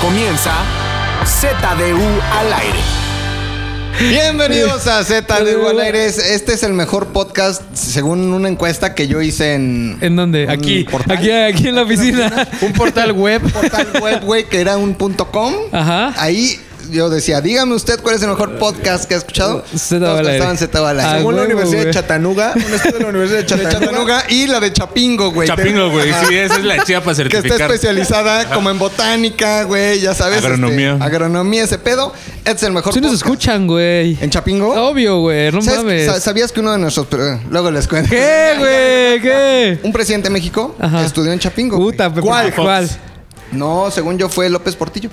comienza ZDU al aire. Bienvenidos a Z de Igual Aires. Este es el mejor podcast según una encuesta que yo hice en. ¿En dónde? un Aquí, portal. aquí, aquí en la oficina. Un portal web. portal web, güey, que era un punto com. Ajá. Ahí yo decía, dígame usted cuál es el mejor podcast que ha escuchado. Zeta Todos Balaire. contestaban Zeta Balaire. Ah, Según la huevo, Universidad de güey. Chatanuga, un estudio de la Universidad de De Chatanuga, Chattanooga y la de Chapingo, güey. Chapingo, güey. Sí, esa es la Chiapa Que está certificada. especializada como en botánica, güey, ya sabes. este, Agronomía. agronomía, ese pedo. Este es el mejor Sí nos podcast. escuchan, güey. ¿En Chapingo? Obvio, güey. No ¿Sabes- sa- mames. ¿Sabías que uno de nuestros... pero, eh, Luego les cuento. ¿Qué, güey? ¿Qué? Un presidente de México Ajá. estudió en Chapingo. güey. Puta, Pepe, ¿Cuál? ¿Cuál? No, según yo fue López Portillo.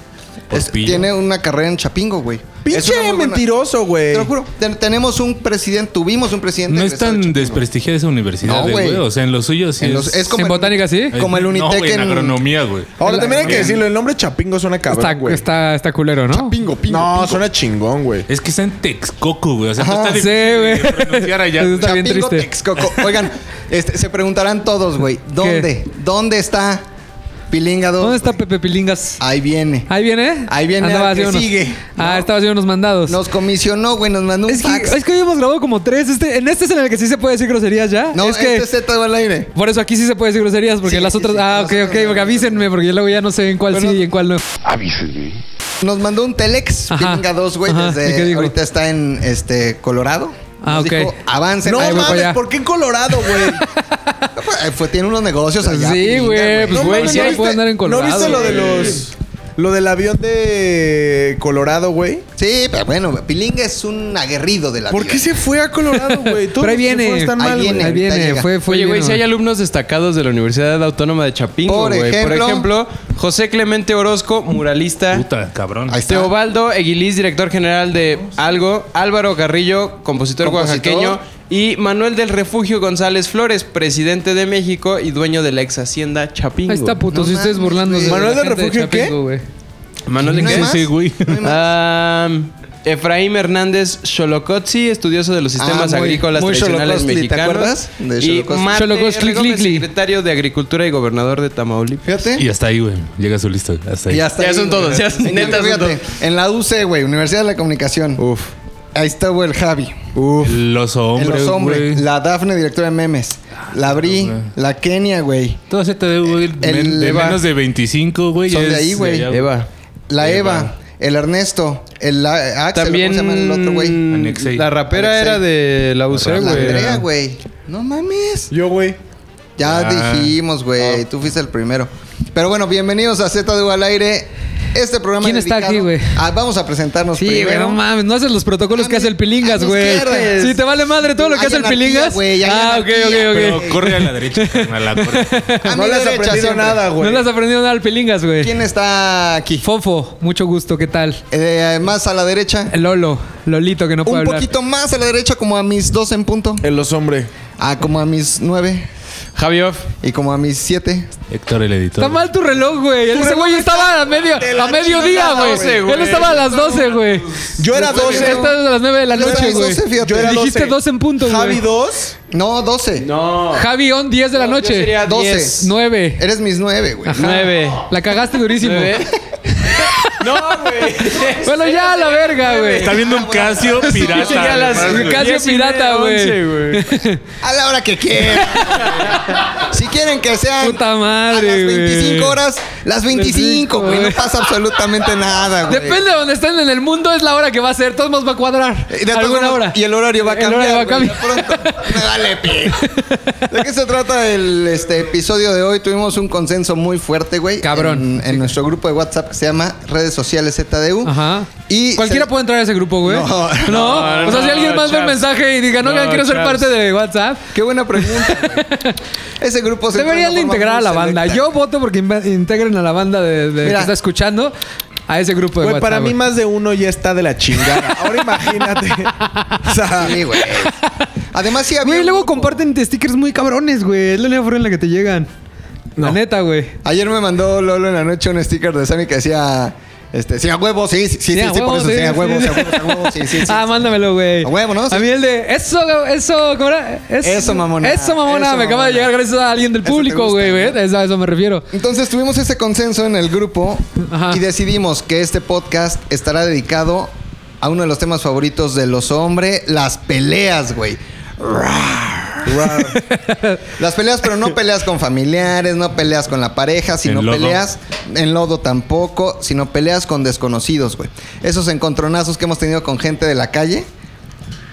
Es- Portillo. tiene una carrera en Chapingo, güey. Es una Pinche muy buena- mentiroso, güey. Te lo juro. Ten- tenemos un presidente, tuvimos un presidente. No es egresado de tan Chapingo. desprestigiada esa No, universidad, de, güey. güey. O sea, en los suyos sí En los- es... es como ¿En el- botánica sí? Eh, como el Unitec No, güey, en en- agronomía, güey. Ahora también hay que Bien. decirlo, el nombre Chapingo suena Está, cabrón, güey. está, está culero, ¿no? Pingo, pingo. no, pingo. suena chingón, güey. Es que está en Texcoco, güey. O sea, Ajá, está sí, güey. de pronunciar allá. Eso está bien Chapingo, triste. Texcoco. Oigan, este, se preguntarán todos, güey. ¿Dónde? ¿Dónde está Pilinga 2? ¿Dónde está Pepe Pilingas? Ahí viene. Ahí viene. Ahí viene Andaba al que haciendo unos- sigue. Ah, No. estaba haciendo unos mandados. Nos comisionó, güey. Nos mandó un es, que, fax. es que hoy hemos grabado como tres. Este, en este es en el que sí se puede decir groserías ya. no, es que este Z va al aire. por eso aquí sí se puede decir groserías, porque Sí, las sí, otras. sí, ah, ok, nosotros ok, no. porque avísenme, porque yo luego ya no sé en cuál Pero sí no- y en cuál no. Nos mandó un Telex, Ajá. Pilinga 2, güey, Ajá. ¿Y qué desde dijo? ahorita está en este Colorado. Ah, Nos ok. dijo, avancen. No Ahí voy mames, para allá. ¿por qué en Colorado, güey? Eh, Fue, tiene unos negocios allá. Sí, Pilinga, güey, pues No güey, mames, sí ¿no ahí viste- puede andar en Colorado. ¿No viste lo de güey. los... Lo del avión de Colorado, güey? Sí, pero bueno, Pilinga es un aguerrido de la ¿Por vida. qué se fue a Colorado, güey? Todos Pero ahí los que viene. fueron están Ahí mal, güey. viene. Ahí viene, Ahorita fue, fue. Oye, güey, bien, si hay alumnos destacados de la Universidad Autónoma de Chapingo, Por güey. Por ejemplo, ejemplo. José Clemente Orozco, muralista. Puta, cabrón. Ahí está. Teobaldo Eguiliz, director general de Algo. Álvaro Carrillo, compositor, Compositor. oaxaqueño. Y Manuel del Refugio González Flores, presidente de México y dueño de la ex hacienda Chapingo. Ahí está puto, No si ustedes mames, burlándose. güey. ¿Manuel la del gente Refugio qué? Chapingo, güey. ¿Manuel de ¿No hay qué? más? Sí, güey. No hay más. Ah, Efraín Hernández Xolocotzi, estudioso de los sistemas Ah, muy- agrícolas muy tradicionales Xolocotli, ¿te mexicanos. acuerdas? De y Xolocotli. Mate Xolocotli, R. Gómez, clicli. secretario de Agricultura y gobernador de Tamaulipas. Y Fíjate. hasta ahí, güey. Llega su listo. Hasta ahí. Y hasta Ya ahí, son güey. todos, ya son- En- neta son fíjate, todos. En la UC, güey, Universidad de la Comunicación. Uf, Ahí está, güey, el Javi. uf. Los hombres, el los hombres. güey. La Dafne, directora de memes. La Bri, la Kenia, güey. Todo ZDU, güey. men- De Eh, Eva. menos de 25, güey. Son ya de es ahí, güey. allá, Eva. La Eva, Eva. el Ernesto, el a- Axel, También ¿cómo se llama el otro, güey? Anexei. la rapera Anexei. era de la UC, La Andrea, güey. güey. No mames. Yo, güey. Ya Ah. dijimos, güey. Tú fuiste el primero. Pero bueno, bienvenidos a ZDU al aire. Este programa ¿Quién es está dedicado- aquí, güey? Ah, vamos a presentarnos Sí, güey, primero. no mames, no haces los protocolos que hace el a Pilingas, mis güey. piernas. Si te vale madre todo lo que Hay hace el anarquía, Pilingas. güey, hay ah, ok, anarquía. ok, Pero ok. corre a la derecha, carnal. la corre. A no mi le has derecha aprendido siempre. nada, No güey. le has aprendido nada al Pilingas, güey. ¿Quién está aquí? Fofo, mucho gusto, ¿qué tal? Eh, más a la derecha. Lolo, Lolito, que no puede Un hablar. poquito más a la derecha, como a mis dos en punto. En los hombres. Ah, como a mis nueve. Javier. Y como a mis siete. Héctor, el editor. Está mal tu reloj, güey. El ese reloj güey estaba a, medio, de la a mediodía, chingada, güey. doce, Él estaba a las 12, güey. Yo era Estás 12. a las 9 de la Yo era noche, güey. 12, fíjate. Yo era Dijiste 12. 12 en punto, Javi güey. 2. No, doce. No. Javi, on 10 de la Yo noche. sería 12. 10. 9. Eres mis nueve, Ah. güey. Ajá. Nueve. La cagaste durísimo. Nueve. No, güey. Bueno, ya a la verga, güey. Está viendo un Casio pirata. Llegué a las además, güey. Casio diez y media, pirata, güey. once, güey. A la hora que quieran. si quieren que sean Puta madre, a las güey. 25 horas, las 25, güey. No pasa absolutamente nada, güey. Depende de donde estén en el mundo, es la hora que va a ser. Todos modos va a cuadrar. Y Eh, de todos Alguna modos- hora. Y el horario va a El horario cambiar. va a güey, cambiar. ya pronto. Me vale pito. ¿De qué se trata el este, episodio de hoy? Tuvimos un consenso muy fuerte, güey. En, Cabrón. en nuestro grupo de WhatsApp que se llama Redes Sociales ZDU. Ajá. Y Cualquiera se- puede entrar a ese grupo, güey. No. No. No, o sea, si no, alguien manda un Charles. mensaje y diga, no, No, vean, quiero ser Charles. parte de WhatsApp. Qué buena pregunta. güey. Ese grupo se Deberían de integrar a la banda. Yo voto porque inve- integren a la banda de, de que Mira. está escuchando a ese grupo de Güey, WhatsApp. para mí güey. más de uno ya está de la chingada. Ahora imagínate. O sea, Sí, güey. Además, sí había. Güey, un luego grupo- comparten stickers muy cabrones, güey. Es la única forma en la que te llegan. La neta, güey. Ayer me mandó Lolo en la noche un sticker de Sammy que decía. Este, sí, a huevo, sí, sí, sí, sí, Sí, a sí, por huevo, eso, sí, sí, a sí, huevo, sí. sí, a huevo, sí, a huevo, sí, sí, sí. ah, mándamelo, güey. A huevo, ¿no? A mí el de eso, eso, ¿cómo era? Es- Eso, mamona. Eso, mamona. Eso, me acaba mamona. de llegar gracias a alguien del Eso te público, gusta, güey, ¿no? güey. Eso, a eso me refiero. Entonces tuvimos ese consenso en el grupo Ajá. y decidimos que este podcast estará dedicado a uno de los temas favoritos de los hombres, las peleas, güey. Rar. las peleas, pero no peleas con familiares, no peleas con la pareja, sino En lodo. peleas en lodo tampoco, sino peleas con desconocidos, güey. Esos encontronazos que hemos tenido con gente de la calle,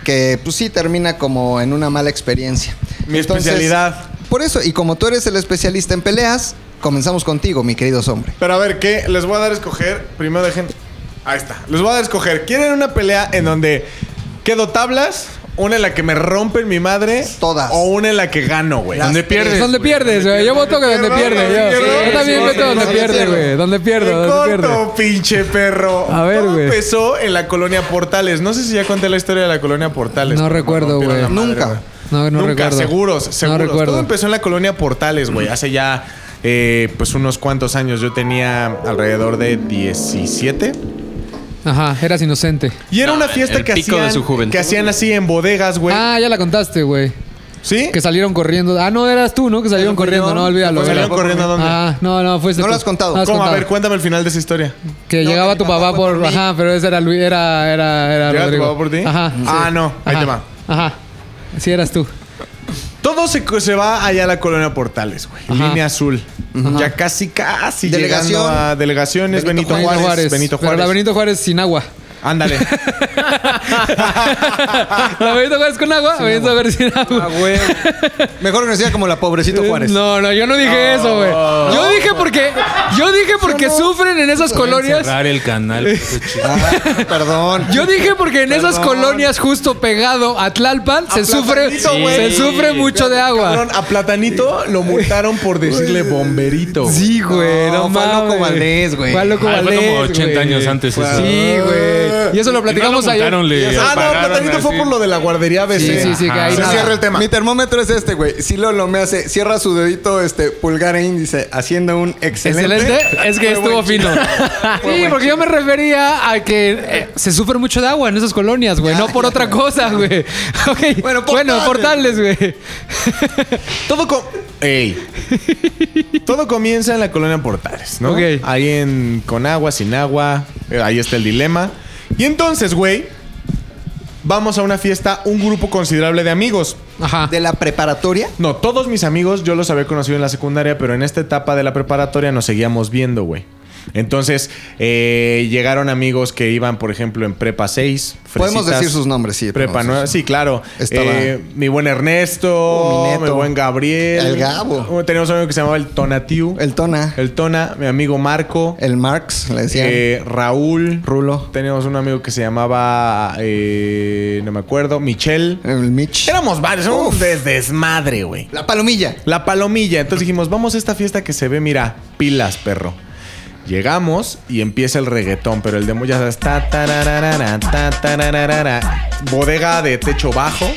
que pues sí termina como en una mala experiencia. Mi especialidad. Por eso, y como tú eres el especialista en peleas, comenzamos contigo, mi querido hombre. Pero a ver, ¿qué? Les voy a dar a escoger. Primero dejen. Ahí está. Les voy a dar a escoger. ¿Quieren una pelea en donde quedo tablas? ¿Una en la que me rompen mi madre? Todas. ¿O una en la que gano, güey? Las ¿Dónde pierdes? ¿Dónde pierdes, güey? Yo voto que donde pierdo, pierde. donde Yo, pierdo. Yo también Sí, voto sí, donde sí, pierde, sí. güey. Donde Te pierde, donde pierde. corto, pinche perro. A ver, Todo güey. empezó en la colonia Portales. No sé si ya conté la historia de la colonia Portales. No Cuando recuerdo, rompieron güey. la madre, Nunca. güey. No, no Nunca, recuerdo. seguros, seguros. No recuerdo. Todo empezó en la colonia Portales, güey. Hace ya, eh, pues, unos cuantos años. Yo tenía alrededor de 17. Ajá, eras inocente. Y era No, una fiesta el que pico hacían, de su juventud. que hacían así en bodegas, güey. Ah, ya la contaste, güey. ¿Sí? Que salieron corriendo. Ah, no, eras tú, ¿no? Que salieron fui corriendo, yo. no, olvídalo. ¿Salieron güey. corriendo a dónde? Ah, no, no, fuiste No tú. lo has contado. No has ¿Cómo? A ver, cuéntame el final de esa historia. Que No, llegaba que tu mi papá papá fue por... por mí. Ajá, pero ese era Luis, era... era, era ¿Llega tu Rodrigo. papá por ti? Ajá. sí. Ah, no, ahí Ajá, te va. Ajá. Sí, eras tú. Todo se, se va allá a la colonia Portales, güey. Ajá. Línea azul. Ya casi, casi Delegación. llegando a delegaciones. Benito, Benito Juárez, Benito Pero la Juárez. Benito Juárez sin agua. Ándale. la Benito Juárez con agua, la Benito Juárez sin agua. Ah, Mejor conocida como la Eh, pobrecito Juárez. No, no, yo no dije eso, güey. Yo dije porque, yo dije porque sufren en esas colonias. Cerrar el canal. Ah, perdón. Yo dije porque en esas Perdón. colonias justo pegado a Tlalpan se sufre, Platanito, güey. se sufre mucho de agua. Cabrón, a Platanito lo multaron por decirle bomberito. güey. Sí, güey, no, No, fue mames. Loco Valdés, güey. Fue Loco Ah, fue Valdés, como 80 güey. años antes Sí, eso. güey. Y eso lo platicamos no lo ayer. multaron, le Ah, no, apagaron Platanito fue así. por lo de la guardería BC. Sí, sí, sí, que ahí Se nada. cierra el tema. Mi termómetro es este, güey. Si Lolo me hace, cierra su dedito este, pulgar e índice haciendo un excelente. Excelente, es que estuvo fino. Sí, porque yo me refería a que eh, se sufre mucho de agua en esas colonias, güey, no por otra cosa, güey. Ok, Bueno, Bueno, portales, güey. Todo com- Ey. Todo comienza en la colonia Portales, ¿no? Ok. Ahí en con agua, sin agua, eh, ahí está el dilema. Y entonces, güey, vamos a una fiesta un grupo considerable de amigos. Ajá. De la preparatoria. No, todos mis amigos yo los había conocido en la secundaria, pero en esta etapa de la preparatoria nos seguíamos viendo, güey. Entonces, eh, llegaron amigos que iban, por ejemplo, en Prepa 6. Podemos Fresitas, decir sus nombres, sí, Prepa podemos 9, sí, claro. Estaba- Eh, mi buen Ernesto, Oh, mi mi, neto. buen Gabriel. Uh, El Gabo. Teníamos un amigo que se llamaba el Tonatiu. El, El Tona. El, Tona, mi amigo Marco. Marx, le decían. eh, Raúl. Rulo. Teníamos un amigo que se llamaba, eh, no me acuerdo, Michelle. El Mitch. Éramos varios, éramos Eh. Uf. de desmadre, güey. La palomilla. La palomilla. Entonces dijimos, vamos a esta fiesta que se ve, mira, pilas, perro. Llegamos y empieza el reggaetón, pero el demo ya sabes, ta, tararara, ta, tararara. bodega de techo bajo.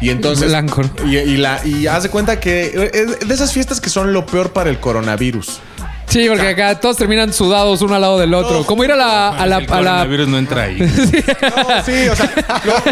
Y entonces. Blanco, ¿no? Y, y la, y haz de cuenta que es de esas fiestas que son lo peor para el coronavirus. Sí, porque acá todos terminan sudados uno al lado del otro. Como ir a la. A la, el a la- coronavirus no entra ahí. No, sí, o sea,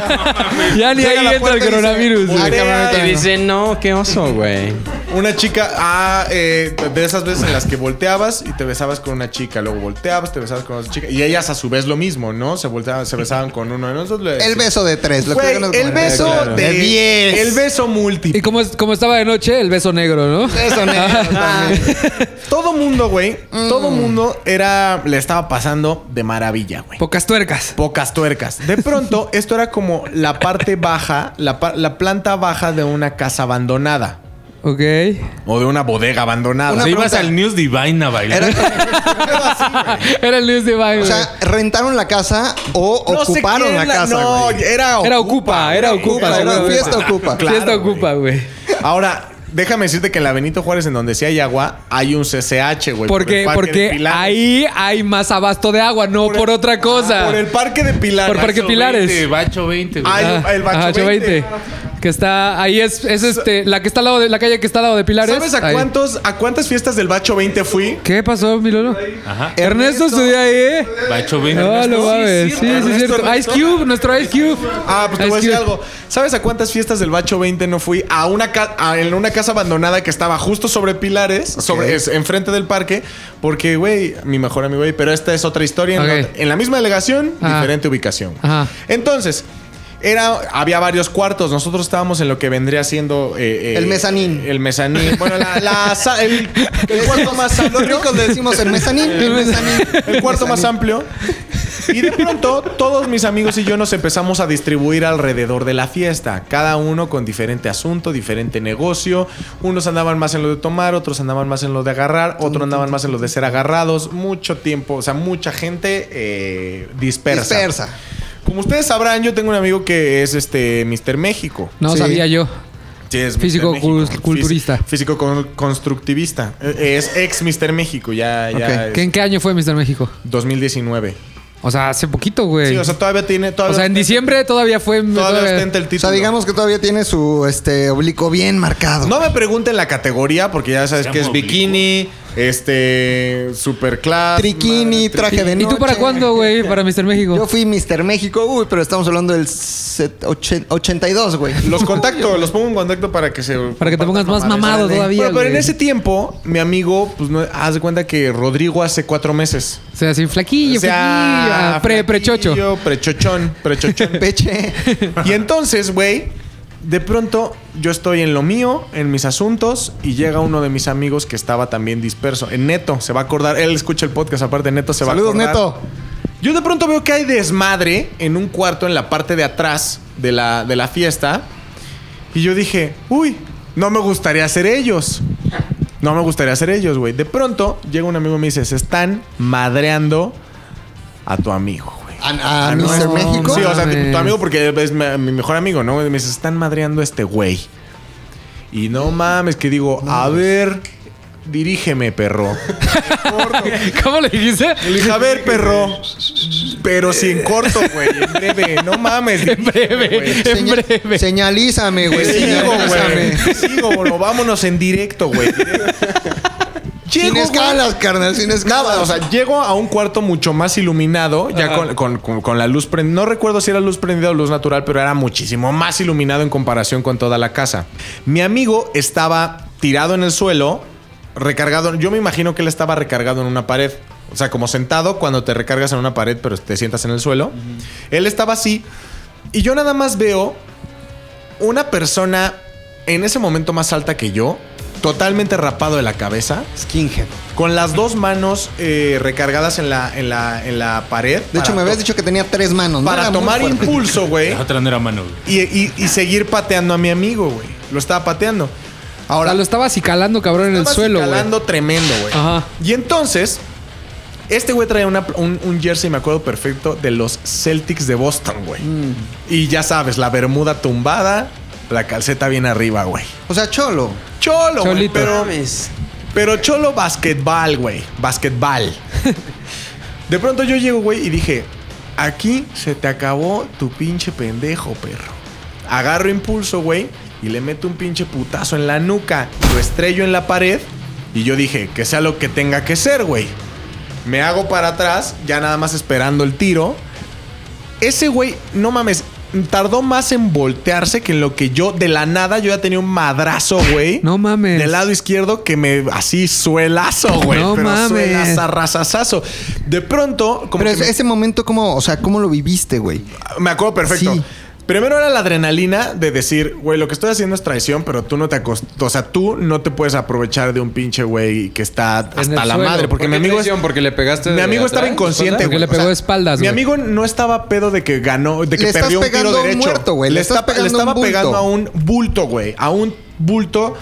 ya ni Llega ahí entra la el puerta y dice, coronavirus. güey. "Bulerea". Y dice, no, qué oso, güey. Una chica, ah, eh, de esas veces en las que volteabas y te besabas con una chica, luego volteabas, te besabas con otra chica, y ellas a su vez lo mismo, ¿no? Se volteaban, se besaban con uno de nosotros. le- El beso de tres. Lo que Güey, hagan los el comentarios. beso Claro. de de diez. El beso Y múltiple. como, es- como estaba de noche, el beso negro, ¿no? Eso, negro, también. Todo mundo, güey, todo Mm. mundo era, le estaba pasando de maravilla, güey. Pocas tuercas. Pocas tuercas. De pronto, esto era como la parte baja, la, pa- la planta baja de una casa abandonada. Ok. O de una bodega abandonada. O sea, ibas al News Divine a bailar. Era como- Era el Luis de Valle. O sea, rentaron la casa o No sé ocuparon quién la la- casa. No, güey. era Era Ocupa, era güey. Ocupa, Era seguro. fiesta ocupa. Claro, Fiesta güey. ocupa, güey. Ahora, déjame decirte que en la Benito Juárez, en donde sí hay agua, hay un CCH, güey. Pues por Porque, el Parque de porque Pilares. ahí hay más abasto de agua, no por, el- Ah, otra cosa. Por el parque de Pilar. Por Parque Bacho Pilares. 20, Bacho 20, güey. Ay, el Bacho Bacho 20. 20. que está ahí es, es este la que está al lado de la calle que está al lado de Pilares. ¿Sabes a Ahí. cuántos a cuántas fiestas del Bacho 20 fui? ¿Qué pasó, mi Lolo? Ajá. Ernesto estudió ahí, ¿eh? Bacho bien. Ah, No, Ernesto. lo va a ver. Sí, sí, es Ernesto, cierto. Ice Ernesto. Cube, nuestro Ice Cube. Ah, pues te voy a Ice decir Cube. algo. ¿Sabes a cuántas fiestas del Bacho 20 no fui? A una ca- a- en una casa abandonada que estaba justo sobre pilares, sobre es- enfrente del parque, porque güey, mi mejor amigo, güey, pero esta es otra historia en, Ok. otra- en la misma delegación, Ajá. diferente ubicación. Ajá. Entonces, era, había varios cuartos. Nosotros estábamos en lo que vendría siendo. eh, eh, El mezanín. El mezanín. Bueno, la, la sa- el, el cuarto más Los amplio. ricos le decimos el mezanín. El mezanín. El cuarto más amplio. Y de pronto, todos mis amigos y yo nos empezamos a distribuir alrededor de la fiesta. Cada uno con diferente asunto, diferente negocio. Unos andaban más en lo de tomar, otros andaban más en lo de agarrar, otros andaban más en lo de ser agarrados. Mucho tiempo, o sea, mucha gente eh, dispersa. Dispersa. Como ustedes sabrán, yo tengo un amigo que es este Mr. México. No Sí. sabía yo. Sí, es Mr. Físico México. cul- Fis- culturista. Físico con- constructivista. Eh, Es ex Mr. México, ya, ya Ok. es ¿Qué- ¿En qué año fue Mr. México? 2019. O sea, hace poquito, güey. Sí, o sea, todavía tiene. Todavía en ostenta- diciembre todavía fue. Todavía todavía- ostenta el O título. sea, digamos que todavía tiene su este oblicuo bien marcado. No me pregunten la categoría, porque ya sabes Se que es llama oblicuo. bikini, este. Superclass. Triquini, madre, traje de ¿Y noche. tú para cuándo, güey? Para Mr. México. Yo fui Mr. México, uy, pero estamos hablando del set- ochen- 82, güey. Los contacto, los pongo en contacto para que se. Para que te pongas más mamado todavía. Bueno, pero en güey. ese tiempo, mi amigo, pues no, haz de cuenta que Rodrigo hace cuatro meses. O sea, así flaquillo, O sea, flaquillo, ah, pre, prechocho. flaquillo, Prechochón, prechochón. Peche. Y entonces, güey, de pronto yo estoy en lo mío, en mis asuntos, y llega uno de mis amigos que estaba también disperso. En Neto, se va a acordar. Él escucha el podcast, aparte Neto se va a Saludos, acordar. Neto. Yo de pronto veo que hay desmadre en un cuarto en la parte de atrás de la, de la fiesta. Y yo dije, uy, no me gustaría ser ellos. No me gustaría ser ellos, güey. De pronto llega un amigo y me dice, se están madreando a tu amigo, güey. A, a Ah, no, Mr. es- México. Sí, o sea, Mames. tu amigo, porque es mi, mi mejor amigo, ¿no? Me dice, están madreando a este güey. Y no mames, que digo, a ver, dirígeme, perro. ¿Cómo le dijiste? Le dije, a ver, perro. Pero sin corto, güey. En breve, no mames. En breve, güey. en Seña- breve. Señalízame, güey. Te sigo, Señalízame. güey. Te sigo, bro. Vámonos en directo, güey. Sin güey. escalas, carnal, sin escalas. Nada, o sea, llego a un cuarto mucho más iluminado, ya con, con- con- con la luz prendida. No recuerdo si era luz prendida o luz natural, pero era muchísimo más iluminado en comparación con toda la casa. Mi amigo estaba tirado en el suelo, recargado. Yo me imagino que él estaba recargado en una pared. O sea, como sentado cuando te recargas en una pared, pero te sientas en el suelo. Él estaba así. Y yo nada más veo una persona en ese momento más alta que yo, totalmente rapado de la cabeza skinhead. con las dos manos eh, recargadas en la, en la, en la pared. De hecho, para me habías to- dicho que tenía tres manos. ¿no? Para Era muy tomar fuerte. impulso, güey. La otra no era mano, güey. Y, y- y seguir pateando a mi amigo, güey. Lo estaba pateando. Ahora lo estaba acicalando, cabrón, en el Estaba suelo, güey. escalando tremendo, güey. Ajá. Y entonces, este güey trae una- un, un jersey, me acuerdo perfecto, de los Celtics de Boston, güey. Mm. Y ya sabes, la bermuda tumbada, la calceta bien arriba, güey. O sea, cholo. Cholo, güey. Cholito. Pero, Mames. Pero cholo basquetbal, güey. Basquetbal. De pronto yo llego, güey, y dije, aquí se te acabó tu pinche pendejo, perro. Agarro impulso, güey, y le meto un pinche putazo en la nuca. Lo estrello en la pared y yo dije, que sea lo que tenga que ser, güey. Me hago para atrás, ya nada más esperando el tiro. Ese güey, no mames, tardó más en voltearse que en lo que yo, de la nada, yo ya tenía un madrazo, güey. No mames. Del lado izquierdo que me así suelazo, güey. No pero mames. Suelaza, razazazo. De pronto, como Pero que es- ese momento, ¿cómo, o sea, ¿cómo lo viviste, güey? me acuerdo perfecto. Sí. Primero era la adrenalina de decir, güey, lo que estoy haciendo es traición, pero tú no te acost- o sea, tú no te puedes aprovechar de un pinche güey que está el hasta la suelo. madre, porque ¿Por mi qué amigo es- traición? porque le pegaste. mi de amigo estaba atrás, inconsciente, ¿verdad? Porque le güey. pegó de espaldas, Mi güey. amigo no estaba pedo de que ganó, de que Le estás perdió un tiro pegando a un derecho. muerto, güey. Le, Le está- estás le pegando a un estaba bulto. pegando a un bulto, güey. A un bulto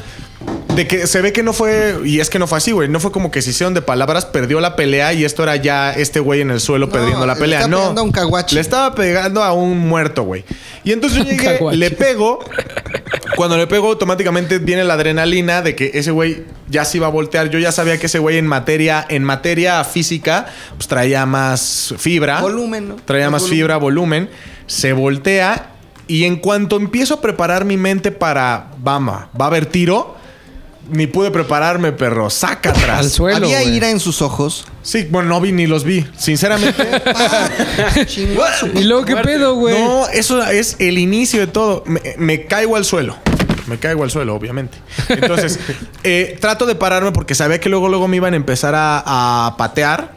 de que se ve que no fue. Y es que no fue así, güey. No fue como que se hicieron de palabras, perdió la pelea y esto era ya este güey en el suelo No, perdiendo la le pelea. está no. pegando a un caguache. Le estaba pegando a un muerto, güey. Y entonces yo llegué, caguache. le pego. Cuando le pego, automáticamente viene la adrenalina de que ese güey ya se iba a voltear. Yo ya sabía que ese güey en materia, en materia física, pues traía más fibra. Volumen, ¿no? Traía más Volumen. fibra, volumen. Se voltea Y en cuanto empiezo a preparar mi mente para, vamos, va a haber tiro, ni pude prepararme, perro. Saca Al atrás. suelo. Había güey. ira en sus ojos. Sí, bueno, no vi ni los vi. Sinceramente, Chingó a su- Y luego, ¿qué pedo, güey? No, eso es el inicio de todo. Me, me caigo al suelo. Me caigo al suelo, obviamente. Entonces, eh, trato de pararme porque sabía que luego, luego me iban a empezar a, a patear.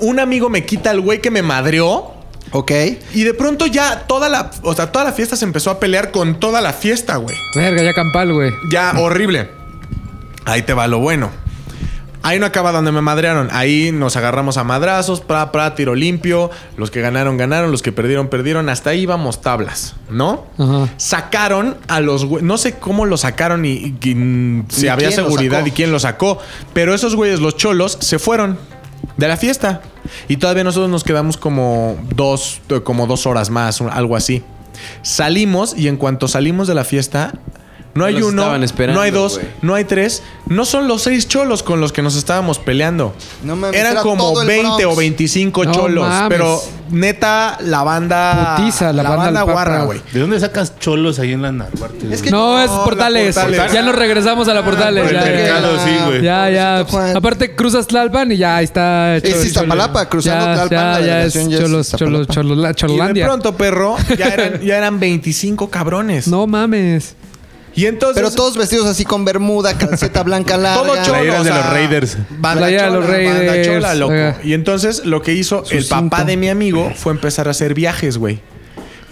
Un amigo me quita al güey que me madreó. ok. Y de pronto ya toda la, o sea, toda la fiesta se empezó a pelear con toda la fiesta, güey. Verga, ya campal, güey. Ya, horrible. Ahí te va lo bueno. Ahí no acaba donde me madrearon. Ahí nos agarramos a madrazos, pra, pra, tiro limpio. Los que ganaron, ganaron. Los que perdieron, perdieron. Hasta ahí íbamos tablas, ¿no? Ajá. Sacaron a los güeyes. No sé cómo lo sacaron y, y- y- si Ni había quién lo seguridad sacó. y quién lo sacó. Pero esos güeyes, los cholos, se fueron de la fiesta. Y todavía nosotros nos quedamos como dos, como dos horas más, un- algo así. Salimos y en cuanto salimos de la fiesta, no hay Los uno, estaban esperando, no hay dos, güey. no hay tres. No son los seis cholos con los que nos estábamos peleando. No mames, Eran era como todo el 20 o Bronx. 25 No cholos. mames. Pero neta, la banda. Putiza, la banda al guarra, papa. güey. ¿De dónde sacas cholos ahí en la Narvarte? Es que- No, es No, la portales. Portales. Ah, Ya nos regresamos a la portales. por el ya, ya, mercado, sí, güey. ya, ya. Pobrecito Juan. Aparte, cruzas Tlalpan y ya ahí está. Es Iztapalapa, cruzando Ya, Tlalpan, la Ya, ya es delegación ya es Cholos, Cholos, Iztapalapa. Cholola- Y de Chololandia. pronto, perro, ya eran, ya eran 25 cabrones. No mames. Y entonces. Pero todos vestidos así con bermuda, calceta blanca larga. todo cholo, Playeras o de sea, los Raiders. banda Playera de chola, los Raiders. banda chola, loco. Oiga. Y entonces lo que hizo el papá cinto. de mi amigo fue empezar a hacer viajes, güey.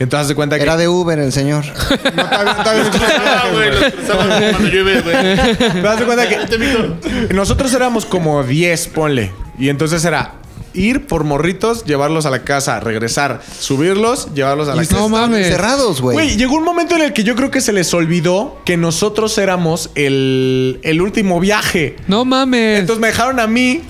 Entonces de cuenta que. Era de Uber el señor. No, todavía- todavía no existía viajes, güey. cuando llueve, güey. Pero haz de cuenta que nosotros éramos como 10, ponle. Y entonces era ir por morritos, llevarlos a la casa, regresar, subirlos, llevarlos a la Y casa. no mames. Cerrados, Güey, güey. llegó un momento en el que yo creo que se les olvidó que nosotros éramos el, el último viaje. No mames. Entonces me dejaron a mí,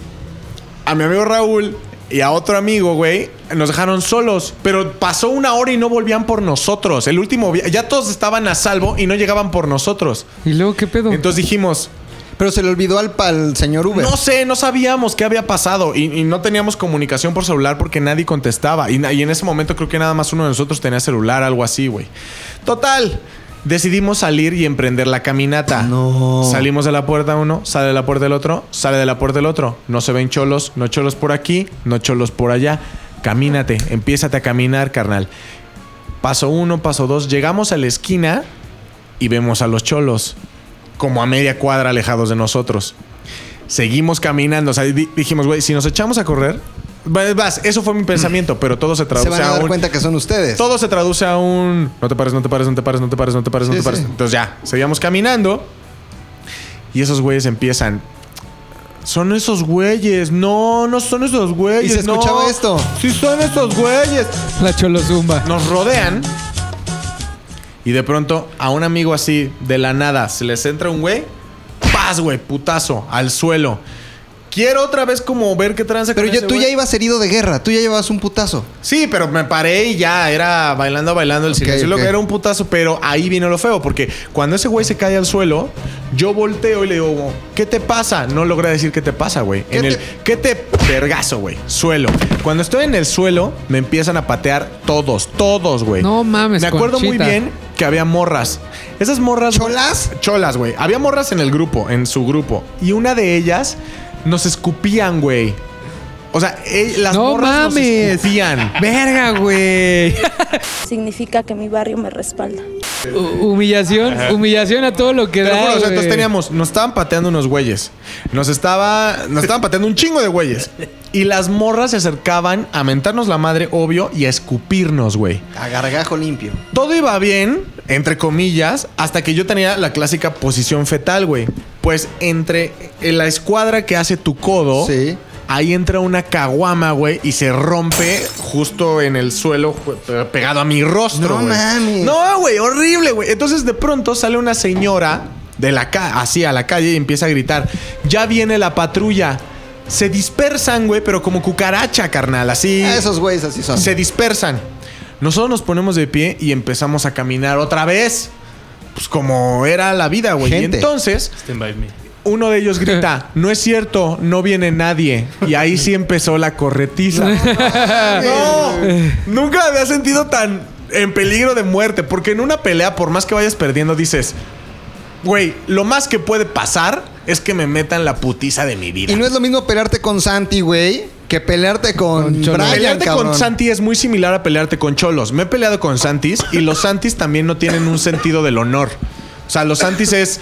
a mi amigo Raúl y a otro amigo, güey. Nos dejaron solos, pero pasó una hora y no volvían por nosotros. El último viaje, ya todos estaban a salvo y no llegaban por nosotros. y luego, ¿qué pedo? Entonces dijimos, Pero se le olvidó al, al señor Uber. no sé, no sabíamos qué había pasado y, y no teníamos comunicación por celular porque nadie contestaba. Y, na- y en ese momento creo que nada más uno de nosotros tenía celular, algo así, güey. Total, decidimos salir y emprender la caminata. No. Salimos de la puerta uno, sale de la puerta el otro, sale de la puerta el otro. No se ven cholos, no cholos por aquí, no cholos por allá. Camínate, empiézate a caminar, carnal. Paso uno, paso dos. Llegamos a la esquina y vemos a los cholos como a media cuadra alejados de nosotros. Seguimos caminando. O sea, di- dijimos, güey, si nos echamos a correr. va- Vas, eso fue mi pensamiento, pero todo se Se traduce van a dar un- cuenta que son ustedes. todo se traduce a un no te pares, no te pares, no te pares, no te pares, no te pares, no Sí, te pares. sí. Entonces ya, seguíamos caminando y esos güeyes empiezan. Son esos güeyes, no, no son esos güeyes. Y se no. escuchaba esto. Sí, son esos güeyes. La Cholozumba. Nos rodean y de pronto a un amigo así, de la nada, se les entra un güey, ¡paz, güey! Putazo, al suelo. Quiero otra vez como ver qué tranza Pero con ya- ese tú güey. ya ibas herido de guerra. Tú ya llevabas un putazo. Sí, pero me paré y ya era bailando, bailando el silencio. Lo ok. que era un putazo, pero ahí vino lo feo, porque cuando ese güey se cae al suelo, yo volteo y le digo, ¿qué te pasa? No logré decir qué te pasa, güey. ¿Qué En el, te- ¿qué te vergazo, güey? Suelo. Cuando estoy en el suelo, me empiezan a patear todos, todos, güey. No mames, Me acuerdo Conchita. muy bien que había morras. Esas morras. güey- ¿Cholas? Cholas, güey. Había morras en el grupo, en su grupo. Y una de ellas nos escupían, güey. O sea, eh, las No morras nos mames. escupían. Verga, güey. significa que mi barrio me respalda. Hu- Humillación, humillación a todo lo que Te lo da. juro, o sea, entonces güey. teníamos, nos estaban pateando unos güeyes. Nos estaba, nos estaban pateando un chingo de güeyes. Y las morras se acercaban a mentarnos la madre, obvio, y a escupirnos, güey. A gargajo limpio. Todo iba bien, entre comillas, hasta que yo tenía la clásica posición fetal, güey. Pues entre la escuadra que hace tu codo, Sí. ahí entra una caguama, güey, y se rompe justo en el suelo, ju- pe- pegado a mi rostro. No güey. mames. No, güey, horrible, güey. Entonces de pronto sale una señora de la ca así a la calle y empieza a gritar: Ya viene la patrulla. Se dispersan, güey, pero como cucaracha, carnal, así. Ah, Esos güeyes así son. Se dispersan. Nosotros nos ponemos de pie y empezamos a caminar otra vez. Pues como era la vida, güey. Y Gente. entonces, Stand by me. uno de ellos grita, no es cierto, no viene nadie. Y ahí sí empezó la corretiza. no, nunca había sentido tan... en peligro de muerte. Porque en una pelea, por más que vayas perdiendo, dices, güey, lo más que puede pasar es que me metan la putiza de mi vida. Y no es lo mismo pelearte con Santi, güey, que pelearte con, Con Cholo. Brian, Pelearte cabrón. con Santi es muy similar a pelearte con cholos. Me he peleado con Santis y los Santis también no tienen un sentido del honor. O sea, los Santis es,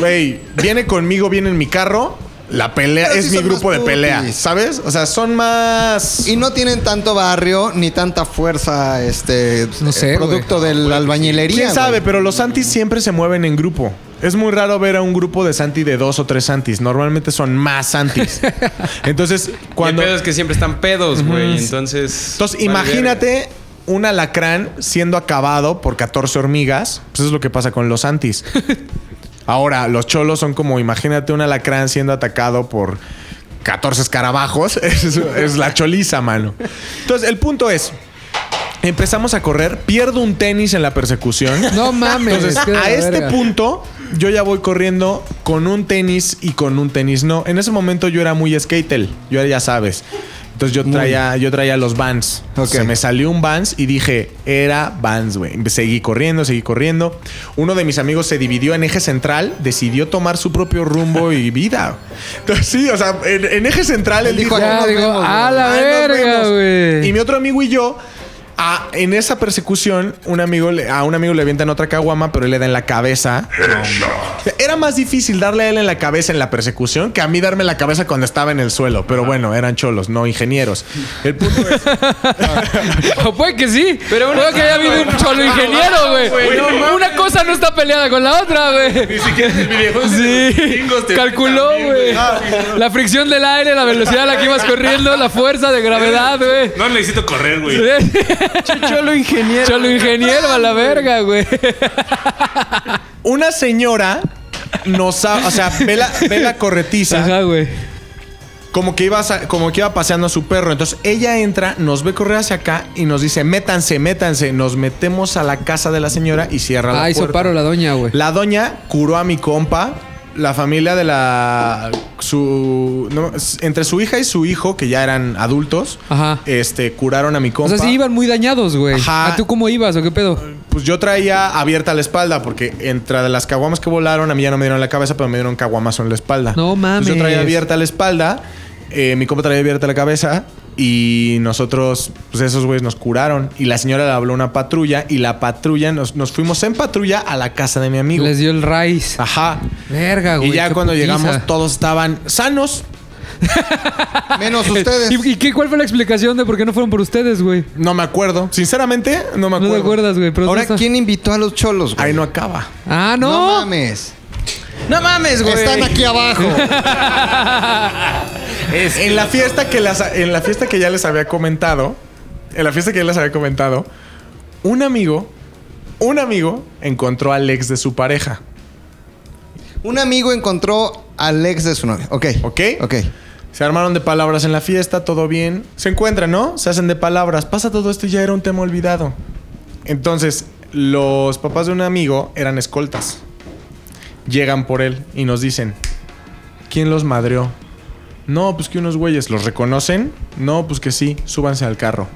güey, viene conmigo, viene en mi carro, la pelea Pero es sí mi son grupo más de pelea, putis. ¿sabes? O sea, son más. Y no tienen tanto barrio ni tanta fuerza, este, Pues No pues, sé, eh, producto de la albañilería. ¿Quién sabe? güey. Pero los Santis siempre se mueven en grupo. Es muy raro ver a un grupo de Santi de dos o tres Santis. Normalmente son más Santis. Entonces, Cuando... cuando. El pedo es que siempre están pedos, güey. Entonces. Entonces, vale imagínate verga. un alacrán siendo acabado por 14 hormigas. Pues eso es lo que pasa con los Santis. Ahora, los cholos son como, imagínate un alacrán siendo atacado por 14 escarabajos. Es, es la choliza, mano. Entonces, el punto es. Empezamos a correr, pierdo un tenis en la persecución. No mames. Entonces, qué de la a este verga. punto, yo ya voy corriendo con un tenis y con un tenis no. En ese momento yo era muy skater, yo era, ya sabes. Entonces yo traía, yo traía los Vans. Ok. Se me salió un Vans y dije, era Vans, güey. Seguí corriendo, seguí corriendo. Uno de mis amigos se dividió en eje central, decidió tomar su propio rumbo y vida. Entonces sí, o sea, en, en eje central él dijo, dijo, "Ah, Ya, nos digo, vemos, a güey. la Ay, nos verga, vemos". güey. Y mi otro amigo y yo, a- en esa persecución, un amigo le- a un amigo le avientan otra caguama, pero él le da en la cabeza. Era más difícil darle a él en la cabeza en la persecución que a mí darme en la cabeza cuando estaba en el suelo. Pero bueno, eran cholos, no ingenieros. El punto es. O puede que sí. Pero una- Puede que haya habido un cholo ingeniero, güey. güey, no mames. una cosa no está peleada con la otra, güey. Ni siquiera el videojuego. Sí, Gringos te- calculó, también, güey. Ah, sí, no. La fricción del aire, la velocidad a la que ibas corriendo, la fuerza de gravedad, güey. Eh, No necesito correr, güey. Cholo ingeniero. Cholo ingeniero a la verga, güey. Una señora nos. ha- O sea, ve la, ve la corretiza. Ajá, güey. como que iba, sa- como que iba paseando a su perro. Entonces ella entra, nos ve correr hacia acá y nos dice, métanse, métanse. Nos metemos a la casa de la señora y cierra la Ah, hizo puerta. paro la doña, güey. La doña curó a mi compa. La familia de la. Su. no, entre su hija y su hijo, que ya eran adultos, Ajá. este, curaron a mi O compa. sea, sí iban muy dañados, güey. Ajá. ¿A tú cómo ibas o qué pedo? Pues yo traía abierta la espalda, porque entre las caguamas que volaron, a mí ya no me dieron la cabeza, pero me dieron caguamazo en la espalda. No mames. Entonces yo traía abierta la espalda, eh, mi compa traía abierta la cabeza, y nosotros, pues esos güeyes nos curaron. Y la señora le habló a una patrulla, y la patrulla, nos, nos fuimos en patrulla a la casa de mi amigo. Les dio el raíz. Ajá. Verga, güey. Y ya qué cuando putiza. llegamos, todos estaban sanos. Menos ¿Y, pues, ustedes. y qué, cuál fue la explicación de por qué no fueron por ustedes, güey? No me acuerdo. Sinceramente, no me No acuerdo. te acuerdas, güey. pero Ahora, está- ¿quién invitó a los cholos, güey? Ahí no acaba. Ah, no. No mames. No mames, güey. Están aquí abajo. En la fiesta que las, en la fiesta que ya les había comentado, en la fiesta que ya les había comentado, un amigo, un amigo encontró al ex de su pareja, Un amigo encontró al ex de su novia. Ok. ¿ok? Ok. Se armaron de palabras en la fiesta, todo bien. Se encuentran, ¿no? Se hacen de palabras. Pasa todo esto y ya era un tema olvidado. Entonces, los papás de un amigo eran escoltas. Llegan por él y nos dicen, ¿quién los madreó? No, pues que unos güeyes los reconocen. No, pues que sí, súbanse al carro.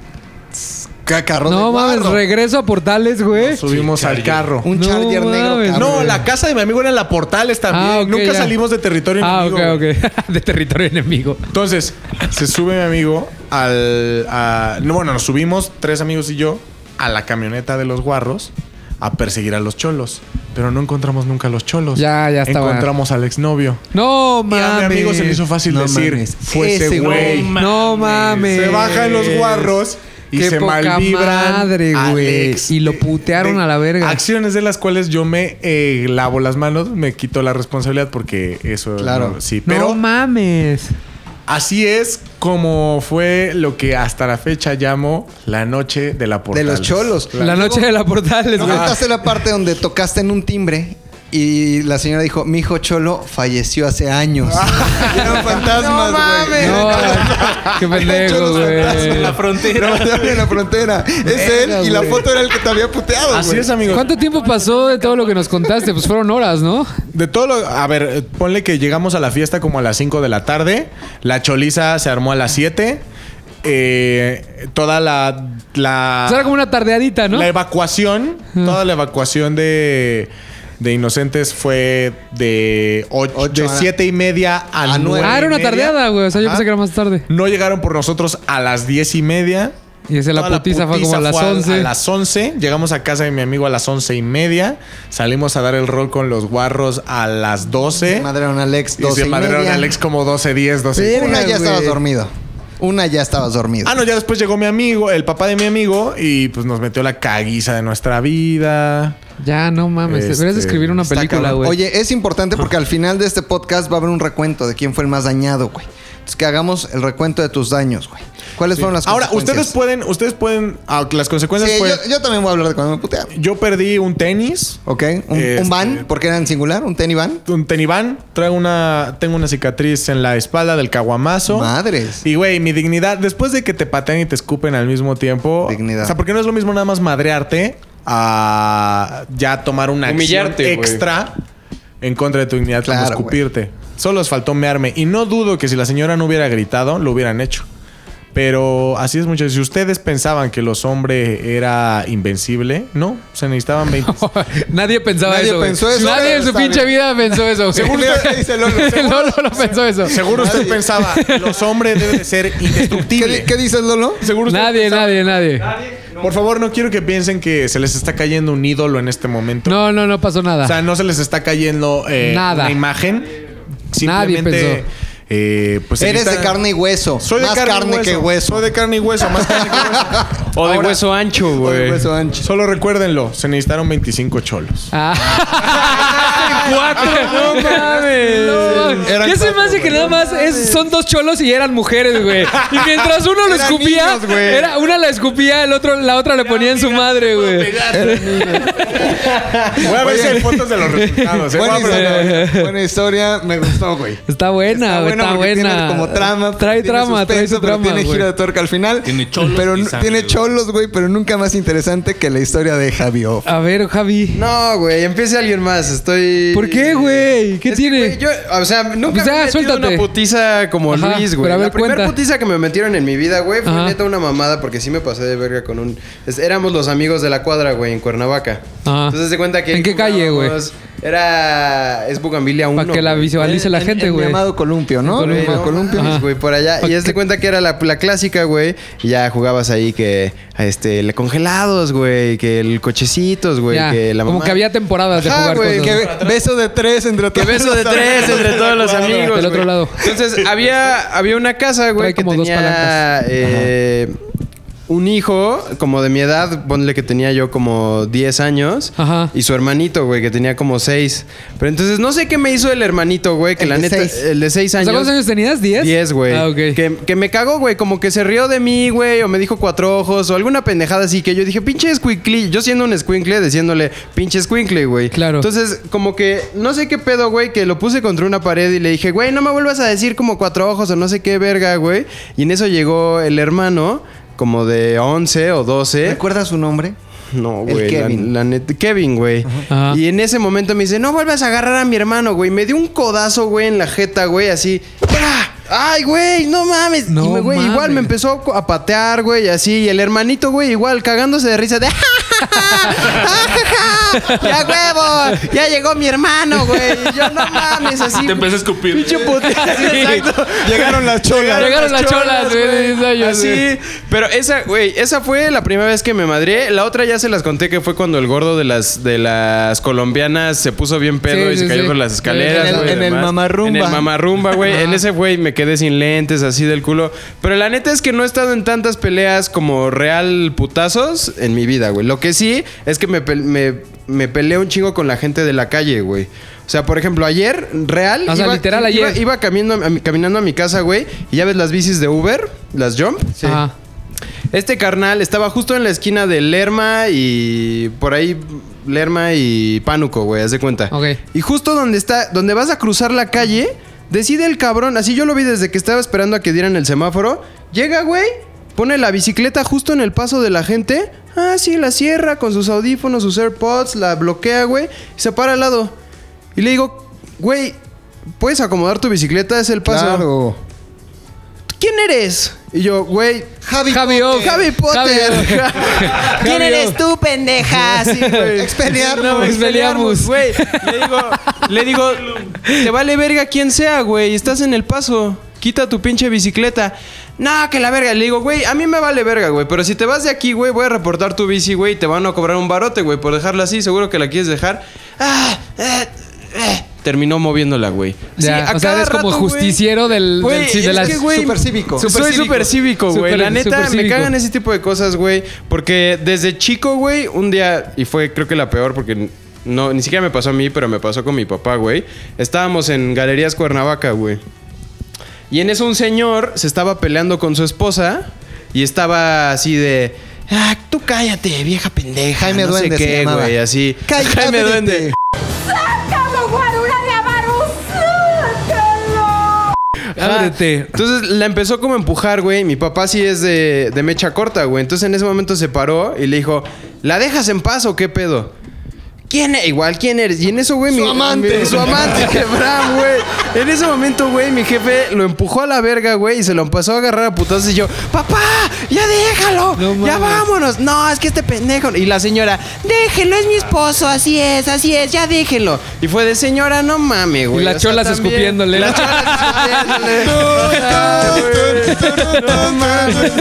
Cacarro No de mames, guarro. regreso a portales, güey. Subimos al carro. Un No charger negro. mames. cabrón. No, la casa de mi amigo era en la Portales también. Ah, ok, Nunca ya. salimos de territorio Ah, ok, enemigo. güey. ok. De territorio enemigo. Entonces, se sube mi amigo al. a- no, bueno, nos subimos, tres amigos y yo, a la camioneta de los guarros a perseguir a los cholos. Pero no encontramos nunca a los cholos. Ya, ya estaba. Encontramos al exnovio. No Y a mames. mi amigo se le hizo fácil No decir: mames. Fue Ese ese güey. güey. No mames. Se baja en los guarros y Qué se poca malvibran. madre, al güey. ex. Y lo putearon De- a la verga. Acciones de las cuales yo me eh, lavo las manos, me quito la responsabilidad porque eso. Claro. no- sí, No pero mames. así es como fue lo que hasta la fecha llamo la noche de la De portales. los cholos. La noche de la portales, ¿No güey. Ah, contaste la parte donde tocaste en un timbre? Y la señora dijo, mi hijo Cholo falleció hace años. Ah. Y eran fantasmas, güey. No, qué pendejo, En la güey. frontera. en la frontera. Es él y la foto era el que te había puteado, Así güey. es, amigos. ¿Cuánto tiempo pasó de todo lo que nos contaste? Pues fueron horas, ¿no? De todo lo- A ver, eh, ponle que llegamos a la fiesta como a las 5 de la tarde. La choliza se armó a las 7. eh, toda la. la O sea, era como una tardeadita, ¿no? Ah. la evacuación, toda la evacuación de, de inocentes fue de, och- Ocho de a- siete y media a a nueve. nueve. ah, era una y media. tardeada, güey. O sea, yo Ajá. pensé que era más tarde. No llegaron por nosotros a las diez y media. Y esa la Toda putiza fue como a las fue 11. A las 11. Llegamos a casa de mi amigo a las once y media. Salimos a dar el rol con los guarros a las 12. Se madrearon a Alex y se 12 y madrearon media. a Alex como 12, 10, 12. Una ya estabas dormida dormido. Una ya estabas dormido. Ah, no, ya después llegó mi amigo, el papá de mi amigo, y pues nos metió la caguiza de nuestra vida. Ya, no mames. Este, Deberías escribir una está película, cabrón. Ah. güey. Oye, es importante porque al final de este podcast va a haber un recuento de quién fue el más dañado, güey. Entonces que hagamos el recuento de tus daños, güey. ¿Cuáles fueron las Ahora, ustedes consecuencias? pueden, ustedes pueden, ah, las consecuencias Sí, fue, yo, yo también voy a hablar de cuando me putearon. yo, perdí un tenis, ¿Ok? Un, Este- un van, porque era en singular, un tenis van. un teniván, traigo una, tengo una cicatriz en la espalda del caguamazo. Madres. Y güey, mi dignidad, después de que te patean y te escupen al mismo tiempo. Dignidad. O sea, porque no es lo mismo nada más madrearte a ya tomar una Humillarte, acción güey. extra en contra de tu dignidad como Claro, escupirte. Solo les faltó mearme. Y no dudo que si la señora no hubiera gritado, lo hubieran hecho. Pero así es mucho. Si ustedes pensaban que los hombres era invencible, no, se necesitaban 20. Nadie pensaba Nadie eso. güey. pensó eso, Nadie pero en su está pinche bien. vida pensó eso. Seguro usted- dice Lolo, seguro- Lolo no pensó eso. Seguro usted pensaba, los hombres deben de ser ¿Qué, indestructibles. di- qué dices, Lolo? Seguro usted Nadie, pensaba- nadie, nadie. Por favor, no quiero que piensen que se les está cayendo un ídolo en este momento. No, no, no pasó nada. O sea, no se les está cayendo eh, Nada. una imagen. Nadie Simplemente, pensó. eh, pues Eres está- de carne y hueso. Soy de más carne, carne, y que hueso. Soy de carne y hueso, más carne que hueso. O de Ahora- hueso ancho, O de güey. Pues, hueso ancho. Solo recuérdenlo, se necesitaron 25 cholos. Ah. Cuatro, no mames. Eran ¿Qué se cuatro, me hace que nada más es- son dos cholos y eran mujeres, güey? Y mientras uno lo escupía, niños, güey. era, una la escupía, el otro, la otra le ponía en su madre, güey. Voy a ver si hay fotos de los resultados. ¿eh? Voy a Buena aprender. historia, buena historia, me gustó, güey. Está buena, güey. Ah, Está porque buena. Tiene como trama. Trae tiene trama, trae suspenso, su pero trama. Tiene güey. giro de tuerca al final. Tiene cholos Pero y nu- sangre, tiene güey. cholos, güey, pero nunca más interesante que la historia de Javio. A ver, Javi. No, güey, empiece alguien más. Estoy. ¿Por qué, güey? ¿Qué Es que, tiene? güey, yo, o sea, nunca Pues ya, me he metido suéltate. una putiza como Ajá, Luis, pero güey. a ver, La primera cuenta. putiza que me metieron en mi vida, güey, fue Ajá. neta una mamada porque sí me pasé de verga con un... es- éramos los amigos de la cuadra, güey, en Cuernavaca. Ajá. Entonces, de cuenta que... ¿En qué calle, güey? jugábamos- Era... Es Bugambilia 1. Para que la güey. visualice la En- gente, en güey. Mi amado Columpio, ¿no? Columpio. Mi amado Pero, Columpio. Ajá. pues, güey, por allá. Pa' Y es que- de cuenta que era la, la clásica, güey. Y ya jugabas ahí que este, le congelados, güey, que el cochecitos, güey, Ya, que la mamá. Como que había temporadas de Ajá, jugar güey, cosas. Que be- beso de tres entre Que todos. beso de tres entre todos los amigos. Del otro güey. lado. Entonces, había, había una casa, Trae güey, que como dos tenía palancas. eh, un hijo como de mi edad, ponle que tenía yo como 10 años. Ajá. Y su hermanito, güey, que tenía como 6. Pero entonces, no sé qué me hizo el hermanito, güey, que El la de neta. seis. El de 6 O años. sea, ¿Cuántos años tenías? ¿10? 10, güey. Ah, ok. que, que me cagó, güey. Como que se rió de mí, güey. O me dijo cuatro ojos. O alguna pendejada así. Que yo dije, pinche escuincle. Yo siendo un escuincle, diciéndole, pinche escuincle, güey. Claro. Entonces, como que no sé qué pedo, güey. Que lo puse contra una pared y le dije, güey, no me vuelvas a decir como cuatro ojos o no sé qué verga, güey. Y en eso llegó el hermano. Como de 11 o 12. ¿Eh? Ah, ¿Recuerdas su nombre? No, El güey. la- Kevin. La, neta- Kevin, güey. Ajá. Y en ese momento me dice, no vuelvas a agarrar a mi hermano, güey. Me dio un codazo, güey, en la jeta, güey, así. ¡Ah! ¡Ay, güey! ¡No mames! No y me, güey, igual mames. me empezó a patear, güey, así. Y el hermanito, güey, igual, cagándose de risa de... "Ah, ja, ja, ja! ¡Ya, huevo! ¡Ya llegó mi hermano, güey! Y yo, no mames, así. Te empecé a escupir. Pinche putiza, sí, exacto. Llegaron las cholas. Llegaron las cholas, güey, de 10 años, güey. Así. Ah, Pero esa, güey, esa fue la primera vez que me madré. La otra ya se las conté que fue cuando el gordo de las, de las colombianas se puso bien pedo Sí, y sí, se cayó sí. por las escaleras. En el- güey, en el además. mamarrumba. En el mamarrumba, güey. en ese, güey, me quedé sin lentes, así del culo. Pero la neta es que no he estado en tantas peleas como real putazos en mi vida, güey. Lo que sí es que me, pel- me, me peleé un chingo con la gente de la calle, güey. O sea, por ejemplo, ayer, real. O sea, literal, ayer. iba- iba caminando a mi- caminando a mi casa, güey, y ya ves las bicis de Uber, las Jump. Ajá. Este carnal estaba justo en la esquina de Lerma y por ahí Lerma y Pánuco, güey, haz de cuenta. Ok. Y justo donde está, donde vas a cruzar la calle, decide el cabrón, así yo lo vi desde que estaba esperando a que dieran el semáforo, llega, güey, pone la bicicleta justo en el paso de la gente, ah, sí, la cierra con sus audífonos, sus AirPods, la bloquea, güey, y se para al lado. Y le digo, güey, ¿puedes acomodar tu bicicleta? Es el paso. Claro. ¿Quién eres? Y yo, güey, Javi, Javi O. Javi Potter. Javi ¿Quién O. eres tú, pendeja? Sí, güey. Expelliarmus. No, expelliarmus, güey. Le digo, le digo, te vale verga quien sea, güey. Estás en el paso. Quita tu pinche bicicleta. No, que la verga. Le digo, güey, a mí me vale verga, güey. Pero si te vas de aquí, güey, voy a reportar tu bici, güey. y Te van a cobrar un barote, güey, por dejarla así. Seguro que la quieres dejar. Ah, eh, eh. Terminó moviéndola, güey. Sí, Ya, a o sea, cada eres como rato, güey. justiciero del- del- Güey, sí, de es las- que, güey, Supercívico. Soy Supercívico. súper cívico, güey. La Super- neta, me supercívico. cagan ese tipo de cosas, güey. Porque desde chico, güey, un día, y fue creo que la peor, porque no, ni siquiera me pasó a mí, pero me pasó con mi papá, güey. Estábamos en Galerías Cuernavaca, güey. Y en eso un señor se estaba peleando con su esposa y estaba así de. Ah, tú cállate, vieja pendeja. Jaime no Duende sé se qué, llamaba. güey, así. Cállate. Jaime Duende. Ajá. Ábrete. Entonces la empezó como a empujar, güey. Mi papá sí es de, de mecha corta, güey. Entonces en ese momento se paró y le dijo, ¿la dejas en paz o qué pedo? ¿Quién e- Igual, ¿quién eres? Y en eso, güey, mi amante. mi- su amante, Abraham, güey. En ese momento, güey, mi jefe lo empujó a la verga, güey, y se lo empezó a agarrar a putazos. Y yo, papá, ya déjalo, No ya mames. vámonos. No, es que este pendejo. Y la señora, déjelo, es mi esposo, así es, así es, ya déjelo. Y fue de señora, no mames, güey. Y las cholas también- escupiéndole. Las cholas escupiéndole. Ay, Eh, güey. No mames.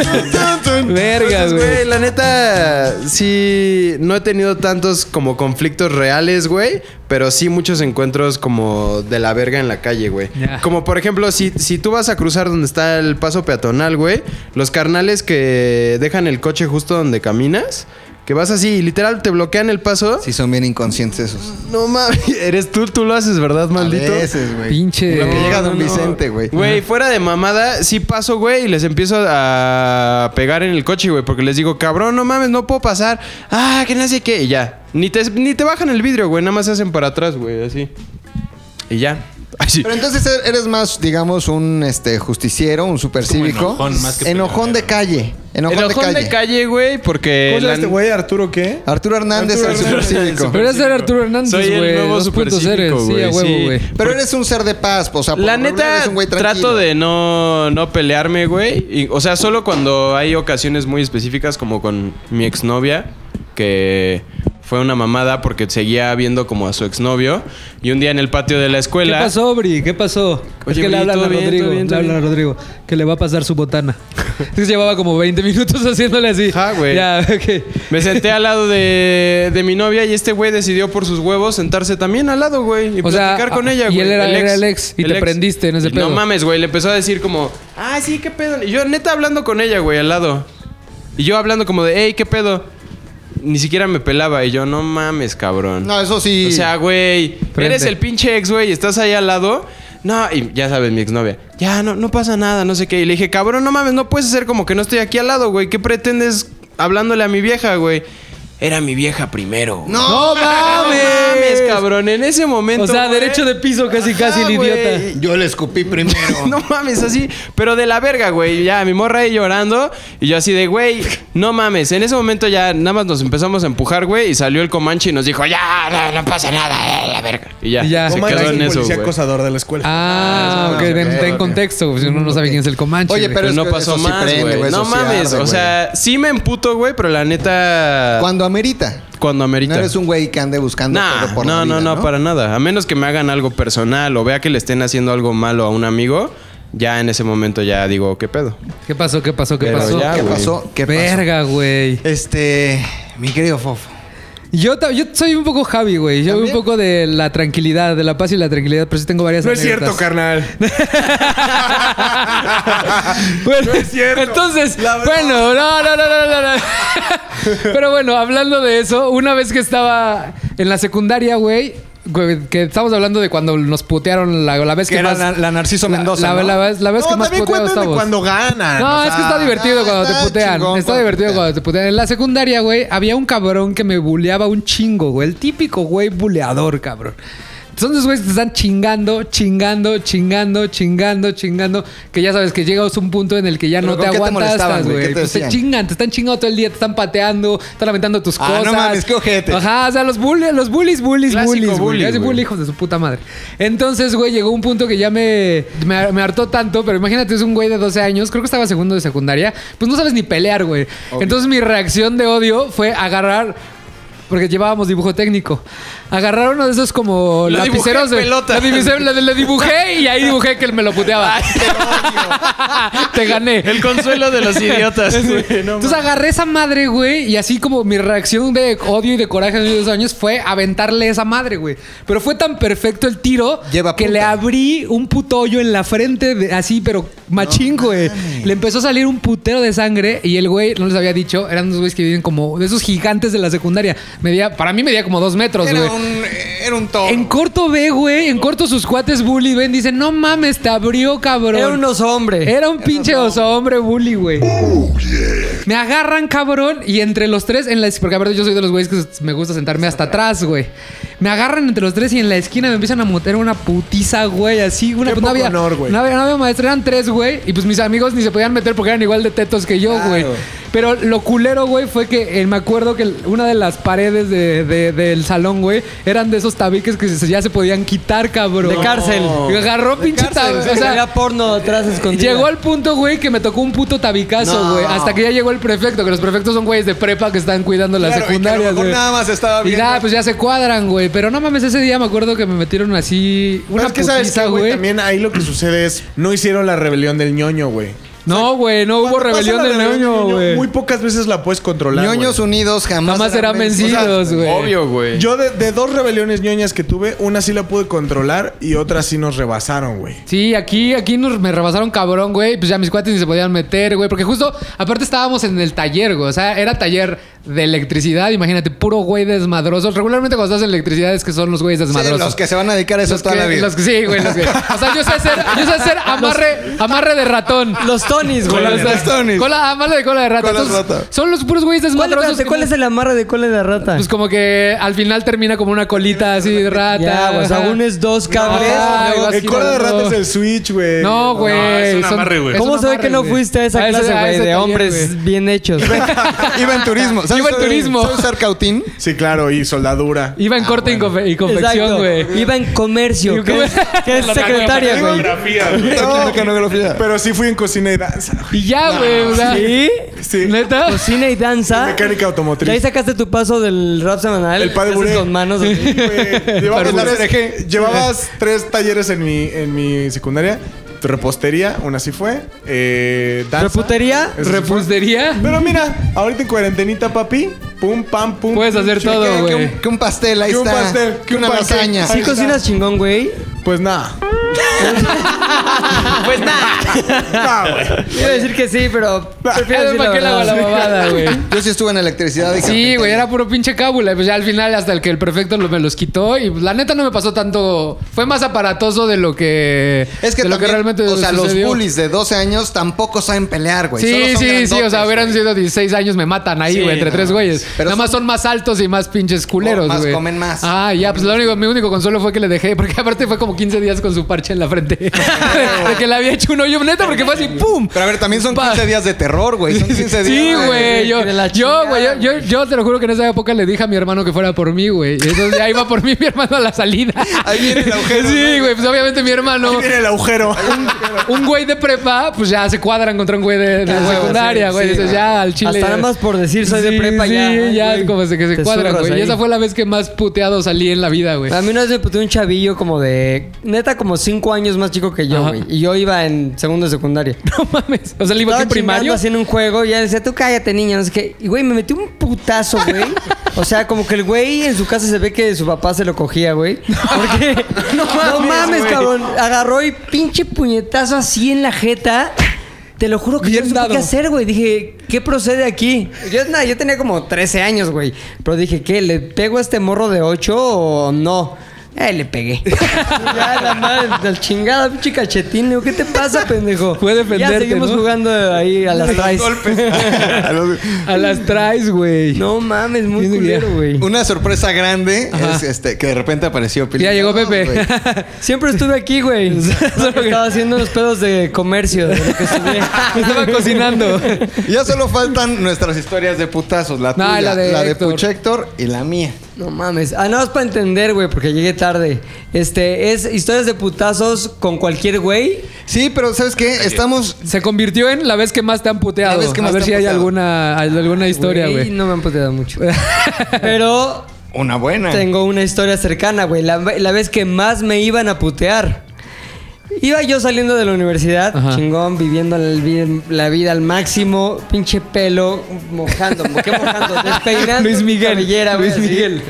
Verga, Entonces, güey. La neta, sí, no he tenido tantos como conflictos reales, güey. Pero sí muchos encuentros como de la verga en la calle, güey. Ya. Como por ejemplo, si, si tú vas a cruzar donde está el paso peatonal, güey. Los carnales que dejan el coche justo donde caminas. Que vas así y literal te bloquean el paso. Sí, son bien inconscientes esos. No mames, eres tú, tú lo haces, ¿verdad, maldito? A veces, güey. Pinche- Lo que No, llega no, Don no. Vicente, güey. Güey, fuera de mamada, sí paso, güey, y les empiezo a pegar en el coche, güey, porque les digo, cabrón, no mames, no puedo pasar. Ah, que no sé qué, y ya. Ni te, ni te bajan el vidrio, güey, nada más se hacen para atrás, güey, así. Y ya. Así. Pero entonces er- eres más, digamos, un este justiciero, un supercívico. enojón más que Enojón de calle. Enojón, Enojón de calle, güey, porque. ¿Cómo se llama la- este güey? ¿Arturo qué? Arturo Hernández, Arturo el Hernández, supercívico. Pero ese era Arturo Hernández, Soy el güey. nuevo 2.0 supercívico, eres. Sí, güey, a huevo, sí. güey. Pero eres un ser de paz, o sea, por La lo regular neta, eres un güey tranquilo. trato de no, no pelearme, güey. Y, O sea, solo cuando hay ocasiones muy específicas, como con mi exnovia, que fue una mamada porque seguía viendo como a su exnovio. Y un día en el patio de la ¿Qué escuela. pasó, Bri? ¿Qué pasó? Oye, es que Bri, le hablan ¿todo a bien, Rodrigo. todo bien, todo le hablan a bien? Rodrigo. Que le va a pasar su botana. Entonces llevaba como 20 minutos haciéndole así. Ajá, güey. Ya, ok. Me senté al lado de, de mi novia y este güey decidió por sus huevos sentarse también al lado, güey. Y O sea, ah, platicar con ella, y güey. él era- era el ex, y te prendiste en ese Y pedo. No mames, güey. Le empezó a decir como, ah, sí, qué pedo. Y yo neta hablando con ella, güey, al lado. Y yo hablando como de, hey, qué pedo. Ni siquiera me pelaba. Y yo, no mames, cabrón. No, eso sí. O sea, güey, Frente. eres el pinche ex, güey, y estás ahí al lado. No, y ya sabes, mi exnovia. Ya, no, no pasa nada, no sé qué. Y le dije, cabrón, no mames, no puedes hacer como que no estoy aquí al lado, güey. ¿Qué pretendes hablándole a mi vieja, güey? Era mi vieja primero. güey. No. ¡No No mames! mames, cabrón. En ese momento. O sea, güey, derecho de piso casi, Ajá, casi el Ah, güey. idiota. Yo le escupí primero. No mames, así, pero de la verga, güey. Ya, mi morra ahí llorando. Y yo así de, güey, no mames. En ese momento ya nada más nos empezamos a empujar, güey. Y salió el Comanche y nos dijo, ya, no, no pasa nada, eh, la verga. Y ya, Y ya. se Omar quedó es en un eso, policía güey. acosador de la escuela. Ah, ok, ok, ven- ten ok. contexto. pues, uno no sabe quién es el Comanche. Oye, güey. pero Pero es no que pasó eso sí más, prende, güey. güey, No eso sí mames, arde, o güey. sea, sí me emputo, güey, pero la neta... Cuando amerita. Cuando amerita. No eres un güey que ande buscando Nah, todo por no, la vida, no, no, para nada. A menos que me hagan algo personal o vea que le estén haciendo algo malo a un amigo, ya en ese momento ya digo, ¿qué pedo? ¿Qué pasó? ¿Qué pasó? ¿Qué Pero pasó? ya, ¿Qué güey. pasó? ¿Qué pasó? Verga, güey. Este, mi querido Fofo. Yo, ta- yo soy un poco Javi, güey. Yo un poco de la tranquilidad, de la paz y la tranquilidad, pero sí tengo varias No es cierto, anécdotas. carnal. Bueno, No es cierto. Entonces, La verdad. bueno, no, no, no, no, no, no. Pero bueno, hablando de eso, una vez que estaba en la secundaria, güey, güey, que estamos hablando de cuando nos putearon la, la vez que, Que era más... la- la Narciso la- Mendoza, La, ¿no? la vez, la vez no, que más también puteados cuentan de estábamos. cuando ganan. No, o es que sea, está divertido no, cuando está te putean. chingón Está cuando divertido putean. cuando te putean. En la secundaria, güey, había un cabrón que me buleaba un chingo, güey. El típico güey buleador, cabrón. Son esos güeyes que te están chingando, chingando, chingando, chingando, chingando. Que ya sabes que llegas a un punto en el que ya ¿Pero no con qué te te aguantas, molestaban, güey? ¿Qué güey. te Pues te decían? chingan, te están chingando todo el día, te están pateando, te están aventando tus Ah, no cosas. mames, qué ojete. Ajá, o sea, los bullies, los bullies, bullies, Clásico bullies. bully, Bully, güey. bully, hijos de su puta madre. Entonces, güey, llegó un punto que ya me, me, me hartó tanto, pero imagínate, es un güey de 12 años, creo que estaba segundo de secundaria, pues no sabes ni pelear, güey. Entonces mi reacción de odio fue agarrar, porque llevábamos dibujo técnico, agarrar uno de esos como Lo dibujé lapiceros en de... pelota. Lo, dibujé, lo- lo dibujé y ahí dibujé que él me lo puteaba. te gané. El consuelo de los idiotas. güey, no Entonces agarré esa madre, güey, y así como mi reacción de odio y de coraje de esos años fue aventarle esa madre, güey. Pero fue tan perfecto el tiro Lleva que punta. le abrí un puto hoyo en la frente, de- así, pero machín, güey. Le empezó a salir un putero de sangre y el güey, no les había dicho, eran unos güeyes que viven como de esos gigantes de la secundaria. Medía, para mí medía como dos metros, Era güey. un, era un toro. En corto ve, güey, en corto sus cuates bully ven, dicen, no mames, te abrió, cabrón. Era un oso hombre. Era un pinche oso hombre bully, güey. Me agarran, cabrón, y entre los tres en la es- porque a ver, yo soy de los güeyes que me gusta sentarme hasta atrás, güey. Me agarran entre los tres y en la esquina me empiezan a moter una putiza, güey, así, una Qué pues, no poco había, honor, güey. no había, no había maestro, eran tres, güey, y pues mis amigos ni se podían meter porque eran igual de tetos que yo, güey. Pero lo culero, güey, fue que eh, me acuerdo que una de las paredes de- de- del salón, güey, eran de esos tabiques que se- ya se podían quitar, cabrón. De cárcel. Y agarró pinche tabique. O sea, había porno atrás escondido. Llegó al punto, güey, que me tocó un puto tabicazo, No. güey. Hasta que ya llegó el prefecto, que los prefectos son güeyes de prepa que están cuidando las Claro, y que a lo secundarias, mejor güey. nada más estaba Y viendo. nada, pues ya se cuadran, güey. Pero no mames, ese día me acuerdo que me metieron así Pero una es que sabes putiza, qué, güey, güey. también ahí lo que sucede es no hicieron la rebelión del ñoño, güey. No, güey, no hubo Cuando pasa rebelión la del rebelión ñoño, güey. Muy pocas veces la puedes controlar. Ñoños güey. unidos jamás, Jamás serán vencidos, güey. Obvio, güey. Yo de, de dos rebeliones ñoñas que tuve, una sí la pude controlar y otra sí nos rebasaron, güey. Sí, aquí, aquí nos, me rebasaron cabrón, güey. Pues ya mis cuates ni se podían meter, güey. Porque justo, aparte estábamos en el taller, güey. O sea, era taller de electricidad. Imagínate, puro güey desmadroso. Regularmente cuando estás en electricidad es que son los güeyes Sí, desmadrosos. los que se van a dedicar a eso Los toda que- la vida. los que- sí, güey, los que- O sea, yo sé hacer, yo sé hacer amarre, amarre de ratón. Los Tonys, güey. Cola de ratón. Cola, amarre de cola de ratón. Cola de Entonces, rata. Son los puros güeyes ¿Cuál, desmadrosos. espérate, que- cuál es el amarre de cola de la rata? Pues como que al final termina como una colita así de rata. ya, güey. O sea, Ajá. Ah, uno es dos cables. Ajá, luego- igual Ah, El sí, coro de no. ratas es el Switch, güey. No, güey. es un son- amarre, güey. es ¿Cómo un se ve amarre, que no güey? fuiste a esa ese- clase, a güey? ese De taller, hombres güey. bien hechos. Iba en turismo. ¿Sabes Iba en usar- turismo. ¿Sabes usar cautín? Sí, claro, y soldadura. Iba en corte y confe- y confección, güey. Iba en comercio, Digo, que ¿cómo? es, que es secretaria, güey. Fotografía, güey. No, Pero sí fui en cocina y danza. Y ya, güey. o sea, ¿Sí? Pues, Sí. ¿Neta? Cocina y danza. Mecánica ¿Y ahí automotriz. sacaste tu paso del rap semanal? El padre ¿Qué haces buré. con manos. así? Güey, Llevabas, Parkour. tres, llevabas tres talleres en mi, en mi secundaria. Repostería, una sí fue. Eh, danza. ¿Reputería? Eso sí fue. ¿Repostería? Pero mira, ahorita en cuarentenita, papi. Pum, pam, pum. Puedes pum, hacer chica. todo, Que- que, güey. un, que un pastel, ahí Que un está. pastel, que que un una pastel. lasaña. ¿Sí Ahí está. cocinas chingón, güey? Pues nada. Pues nada. Nah, güey. Iba a decir que sí, pero Ah, prefiero Ay, decir ¿Para la qué le hago la verdad. babada, güey? Yo sí estuve en electricidad. y Sí, carpintería. güey, era puro pinche cábula. Y Pues ya al final, hasta el que el prefecto lo- me los quitó. Y pues, la neta no me pasó tanto. Fue más aparatoso de lo que. Es que, de lo que también, realmente o sea, los sucedió. bullies de 12 años tampoco saben pelear, güey. Solo Sí, sí, son sí. O grandotes, sea, hubieran güey. sido 16 años, me matan ahí, Sí, güey, entre no, tres güeyes. pero Nada más son más altos y más pinches culeros, Más güey. comen más. Ah, ya, pues lo único, mi único consuelo fue que le dejé, porque aparte fue como 15 días con su parche en la frente. de que le había hecho un hoyo, neta, porque fue así, ¡pum! Pero a ver, también son Pa- 15 días de terror, güey. Son 15 días. Sí, güey. güey, Yo, que de la yo, güey, chingada, yo, yo, yo te lo juro que en esa época le dije a mi hermano que fuera por mí, güey. Y Entonces ya iba por mí mi hermano a la salida. Ahí viene el agujero, Sí, ¿no? güey. Pues obviamente mi hermano, Mira el agujero. un güey de prepa, pues ya se cuadran contra un güey de, de Ah, secundaria, sí, güey. sí, Entonces ya al chile. Hasta nada más por decir soy de Sí, prepa sí, ya. ay, ya güey. como se, que se Te cuadran, zurras güey. ahí. Y esa fue la vez que más puteado salí en la vida, güey. A mí una vez me puteó un chavillo como de... Neta, como cinco años más chico que yo, Ajá. güey. Y yo iba en segundo de secundaria. No mames. O sea, le iba aquí Estaba en primario. chingando haciendo un juego y ya decía, tú cállate, niña, no sé qué. Y güey, me metió un putazo, güey. O sea, como que el güey en su casa se ve que su papá se lo cogía, güey. Porque. no mames, güey. cabrón. Agarró y pinche puñetazo así en la jeta. Te lo juro que Bien yo no supe dado. qué hacer, güey. Dije, ¿qué procede aquí? Yo, nada, yo tenía como 13 años, güey. Pero dije, ¿qué? ¿Le pego a este morro de 8 o no? Eh, le pegué. ya, la madre, la chingada, pinche cachetín. Le digo, ¿qué te pasa, pendejo? Fue defenderte, Ya seguimos ¿no? jugando ahí a las traes. A las traes, güey. No mames, muy Tiene idea. culero, güey. Una sorpresa grande Ajá. es este, que de repente apareció Pili. Ya llegó Pepe. güey. Siempre estuve aquí, güey. Solo que estaba haciendo unos pedos de comercio, de lo que estudié. Estaba cocinando. Ya solo faltan nuestras historias de putazos. La No, tuya, la la de de, Héctor. Puchector y la mía. No mames. Ah, no, es para entender, güey, porque llegué tarde. Este, es historias de putazos con cualquier güey. Sí, pero ¿sabes qué? Estamos... Se convirtió en la vez que más te han puteado. La vez que a más ver te si han hay puteado. alguna, alguna historia, güey. No me han puteado mucho. Pero Una buena. Tengo una historia cercana, güey. La, la vez que más me iban a putear. Iba yo saliendo de la universidad, Ajá. chingón, viviendo la, vi- la vida al máximo, pinche pelo, mojando, mo- ¿qué mojando? Despeinando. Luis mi Miguel, cabellera, güey, Luis así. Miguel.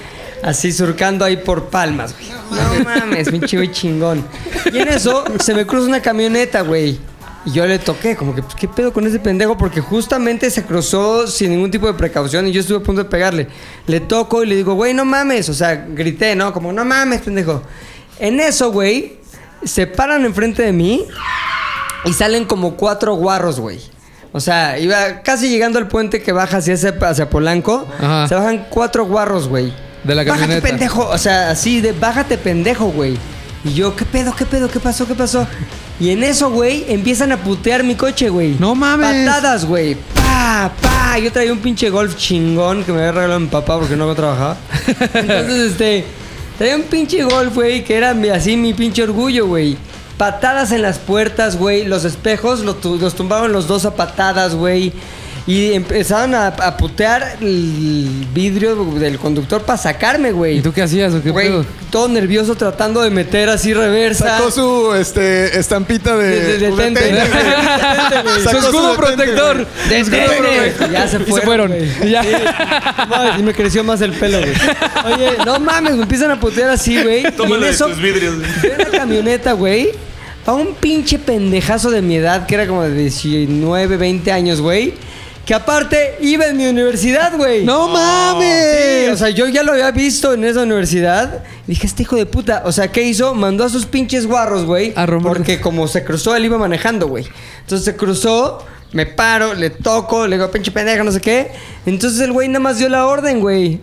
Así surcando ahí por palmas, güey. No mames, pinche güey chingón. Y en eso se me cruza una camioneta, güey. Y yo le toqué, como que, pues, ¿qué pedo con ese pendejo? Porque justamente se cruzó sin ningún tipo de precaución y yo estuve a punto de pegarle. Le toco y le digo, güey, no mames. O sea, grité, ¿no? Como, no mames, pendejo. En eso, güey, se paran enfrente de mí y salen como cuatro guarros, güey. O sea, iba casi llegando al puente que baja hacia, ese- hacia Polanco. Ajá. Se bajan cuatro guarros, güey. De la Bájate, camioneta. pendejo. O sea, así de bájate, pendejo, güey. Y yo, ¿qué pedo, qué pedo, qué pasó, qué pasó? Y en eso, güey, empiezan a putear mi coche, güey. No mames. Patadas, güey. Pa, pa. Yo traía un pinche golf chingón que me había regalado mi papá porque no trabajaba. Entonces, este. Traía un pinche golf, güey, que era mi- así mi pinche orgullo, güey. Patadas en las puertas, güey. Los espejos lo tu- los tumbaban los dos a patadas, güey. Y empezaron a, a putear el vidrio del conductor para sacarme, güey. ¿Y tú qué hacías o qué Güey, pedo? todo nervioso tratando de meter así reversa. Sacó su este, estampita de... De- de- detente. detente, güey. Su Sacó escudo detente, protector. Detente, Detente. güey. Ya se Y se fueron. güey. Ya. Sí. Mames, y me creció más el pelo, güey. Oye, no mames, me empiezan a putear así, güey. Y en Tómala de eso, tus vidrios. veo una camioneta, güey. A un pinche pendejazo de mi edad, que era como de 19, 20 años, güey. Que aparte iba en mi universidad, güey. ¡No mames! Sí, o sea, yo ya lo había visto en esa universidad. Dije, este hijo de puta. O sea, ¿qué hizo? Mandó a sus pinches guarros, güey. A romper. Porque como se cruzó, él iba manejando, güey. Entonces se cruzó, me paro, le toco, le digo, pinche pendejo, no sé qué. Entonces el güey nada más dio la orden, güey.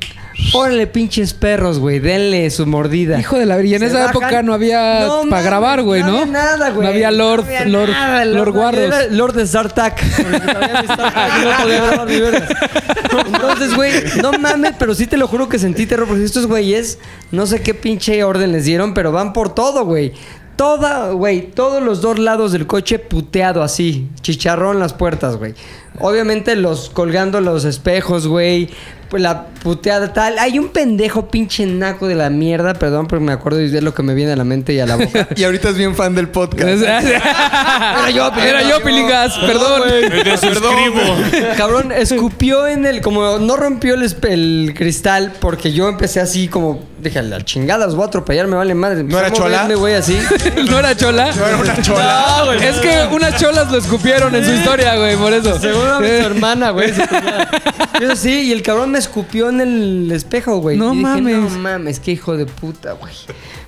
Órale, pinches perros, güey. Denle su mordida. Hijo de la vir- y en Se esa bajan. época no había pa' mames, grabar, güey, ¿no? había nada, güey. No había Lord- Lord- Lord no, yo Warros. era Lord de Sartak. Porque todavía mi Sartak no podía grabar ni vergas. Entonces, güey, no mames, pero sí te lo juro que sentí terror. Porque estos güeyes, no sé qué pinche orden les dieron, pero van por todo, güey. Toda, güey, todos los dos lados del coche puteado así. Chicharrón las puertas, güey. Obviamente los colgando los espejos, güey. pues, La puteada tal. Hay un pendejo pinche naco de la mierda, perdón, pero me acuerdo y es lo que me viene a la mente y a la boca. Y ahorita es bien fan del podcast. Era yo, Era yo, Pilingas. Perdón. Me desuscribo. Cabrón, escupió en el. Como no rompió el, espe- el cristal, porque yo empecé así como. Dije, la chingada, los voy a atropellar, me vale madre. ¿No era Empecé a chola? moverme, güey, así. ¿No era chola? No era una chola. Es que unas cholas lo escupieron en su historia, güey, por eso. Seguramente Eh, su hermana, güey. su cuñada. Yo sí, y el cabrón me escupió en el espejo, güey. No Y dije, mames. no mames, qué hijo de puta, güey.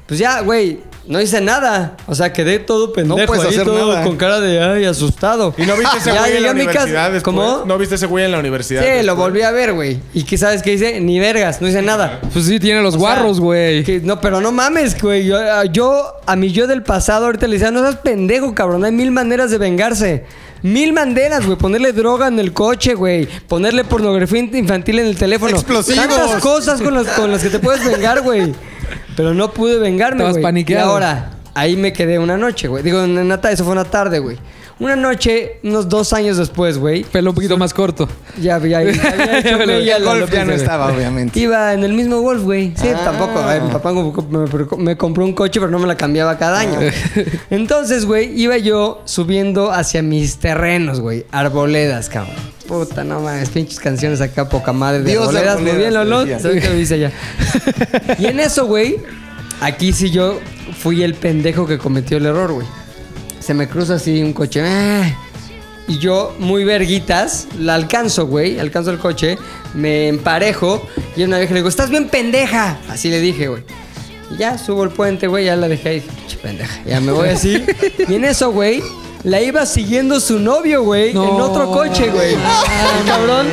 Pues ya, güey, no hice nada. O sea, quedé todo pendejo. puedes ahí, hacer todo nada. con cara de ay, asustado. ¿Y no viste ese Ya güey en llegué la a mi casa. universidad después? ¿Cómo? ¿No viste ese güey en la universidad? Sí, lo después? volví a ver, güey. ¿Y qué sabes qué hice? Ni vergas, no hice nada. Pues sí, tiene los O sea, guarros, güey. que- No, pero no mames, güey. Yo, a- yo, a mi yo del pasado, ahorita le decía, no seas pendejo, cabrón. Hay mil maneras de vengarse. Mil maneras, güey. Ponerle droga en el coche, güey. Ponerle pornografía in- infantil en el teléfono. Explosivos. Tantas cosas con las, con las que te puedes vengar, güey. Pero no pude vengarme, Estabas güey. paniqueado. Y ahora, ahí me quedé una noche, güey. Digo, en- en la ta- eso fue una tarde, güey. Una noche, unos dos años después, güey. Pelo un poquito más corto. Ya, ya, ya, ya, Ya me lo- güey, ya el lo- golf lo ya no pensé, güey. estaba, obviamente. Iba en el mismo Golf, güey. Sí, tampoco. A ver, mi papá me comp- me pro- me compró un coche, pero no me la cambiaba cada año. Entonces, güey, iba yo subiendo hacia mis terrenos, güey. Arboledas, cabrón. Puta, no mames, pinches canciones acá, poca madre de Dios de arboledas. Muy Arboledas, bien, Lolo. decía. ¿Sabes qué me dice allá? Y en eso, güey, aquí sí yo fui el pendejo que cometió el error, güey. Se me cruza así un coche. ¡Ah! Y yo, muy verguitas, la alcanzo, güey. Alcanzo el coche, me emparejo. Y a una vieja le digo, estás bien pendeja. Así le dije, güey. Y ya subo el puente, güey, ya la dejé ahí. Pinche pendeja. Ya me voy así. y en eso, güey, la iba siguiendo su novio, güey, No. en otro coche, güey. El cabrón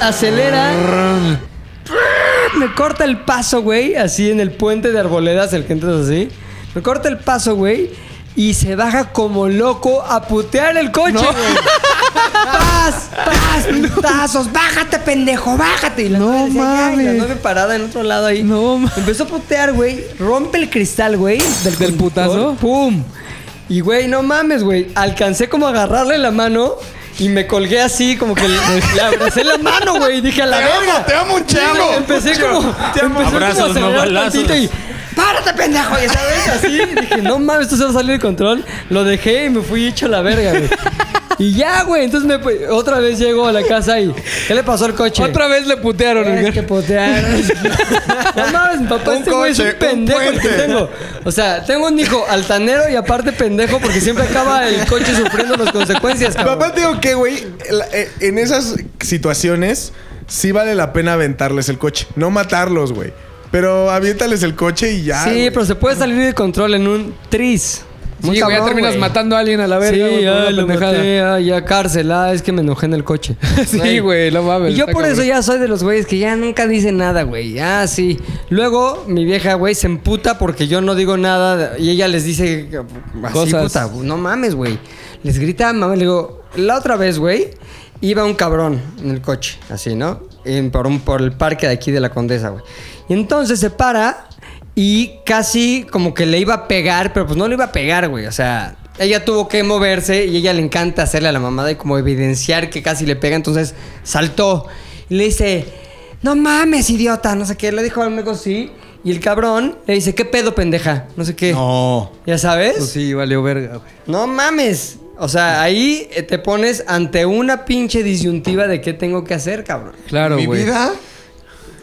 acelera. Me corta el paso, güey, así en el puente de arboledas, el que entras así. Me corta el paso, güey, y se baja como loco a putear el coche, güey. ¡Paz! ¡Paz! ¡Putazos! ¡Bájate, pendejo! ¡Bájate! Y la No novia decía, "Ay, la mames. novia parada en otro lado ahí. No mames. Empezó a putear, güey. Rompe el cristal, güey. Del, ¿Del conductor. putazo? ¡Pum! Y, güey, no mames, güey. Alcancé como a agarrarle la mano y me colgué así, como que le, le abracé la mano, güey. Y Dije, a la verga. te amo, Sí, güey, Empecé como, empecé como Abrazos, a no acelerar balazos. tantito y... ¡Párate, pendejo! Ya sabes, así. Dije, no mames, esto se va a salir de control. Lo dejé y me fui hecho la verga, güey. Y ya, güey. Entonces me, fui- otra vez llego a la casa y... ¿Qué le pasó al coche? Otra vez le putearon, Es que Edgar. putearon. No mames, mi papá, Un este güey es un coche, un pendejo el que puente. tengo. O sea, tengo un hijo altanero y aparte pendejo porque siempre acaba el coche sufriendo las consecuencias, cabrón. Papá, te digo que, güey, la- eh, en esas situaciones sí vale la pena aventarles el coche. No matarlos, güey. Pero aviéntales el coche y ya. sí, güey. pero se puede salir de control en un tris. Muy Sí, güey, ya cabrón, terminas güey. matando a alguien a la Sí, verga. güey, por una ay, lo pendejada. maté, ay, ya cárcel, ah, es que me enojé en el coche. Sí, güey, no mames. Y yo está por eso cabrón. ya soy de los güeyes que ya nunca dicen nada, güey. Ah, sí. Luego mi vieja, güey, se emputa porque yo no digo nada y ella les dice cosas. Cosas. puta, pues, no mames, güey. Les grita, mamá, le digo, la otra vez, güey, iba un cabrón en el coche, así, ¿no? En- por, un, por el parque de aquí de la Condesa, güey. Y entonces se para y casi como que le iba a pegar, pero pues no le iba a pegar, güey. O sea, ella tuvo que moverse y ella le encanta hacerle a la mamada y como evidenciar que casi le pega. Entonces saltó y le dice, no mames, idiota, no sé qué. Le dijo algo así. Y el cabrón le dice, ¿qué pedo, pendeja? No sé qué. No. ¿Ya sabes? Pues sí, valió verga, güey. No mames. O sea, ahí eh, te pones ante una pinche disyuntiva de qué tengo que hacer, cabrón. Claro, Mi güey. vida.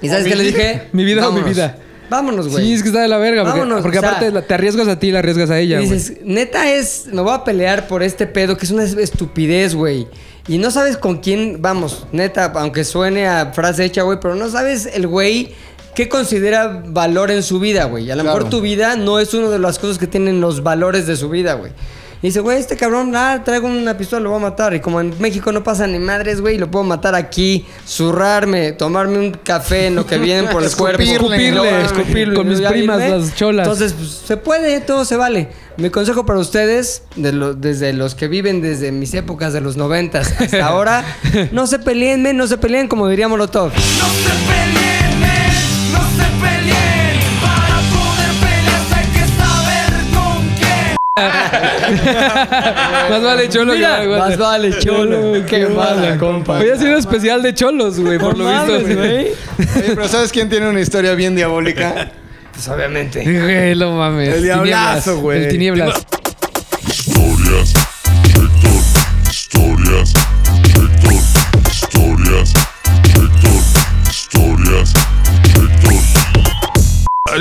¿Y sabes qué le dije? Mi vida o mi Vámonos. vida. Vámonos, güey. Sí, es que está de la verga. Porque, Vámonos, porque o sea, aparte la- te arriesgas a ti y la arriesgas a ella, Y güey. dices, neta es, me voy a pelear por este pedo que es una estupidez, güey. Y no sabes con quién, vamos, neta, aunque suene a frase hecha, güey, pero no sabes el güey qué considera valor en su vida, güey. A lo mejor tu vida no es una de las cosas que tienen los valores de su vida, güey. Y dice, güey, este cabrón, ah, traigo una pistola, lo voy a matar. Y como en México no pasa ni madres, güey, lo puedo matar aquí, zurrarme, tomarme un café en lo que vienen por el cuerpo. Escupirle, escupirle, escupirle, con mis ya primas, irme. las cholas. Entonces, entonces, pues, se puede, todo se vale. Mi consejo para ustedes, de lo- desde los que viven desde mis épocas de los noventas hasta ahora, no se peleen, men, no se peleen como diría Molotov. más vale cholo "Ah, Mira, que más vale cholo, qué mala, compa. Voy a hacer un especial de cholos, güey, por lo visto, güey. Oye, pero ¿sabes quién tiene una historia bien diabólica? Pues obviamente. Güey, no mames. El Tinieblas, diablazo, güey. El tinieblas.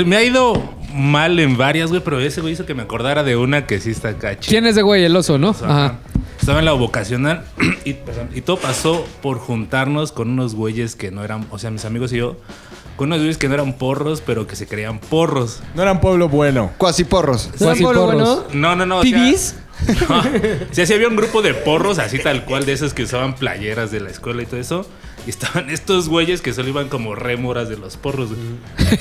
Me ha ido mal en varias, güey, pero ese güey hizo que me acordara de una que sí está cachi. ¿Quién es ese güey? El oso, ¿no? Ajá. Ajá. Estaba en la vocacional y, perdón, y todo pasó por juntarnos con unos güeyes que no eran, o sea, mis amigos y yo, con unos güeyes que no eran porros, pero que se creían porros. No eran pueblo bueno. Cuasiporros. Cuasi Polo, porros. bueno? No, no, no. o sea- ¿Pibis? No. O sea, sí había un grupo de porros así tal cual, de esos que usaban playeras de la escuela y todo eso. Y estaban estos güeyes que solo iban como rémoras de los porros, güey.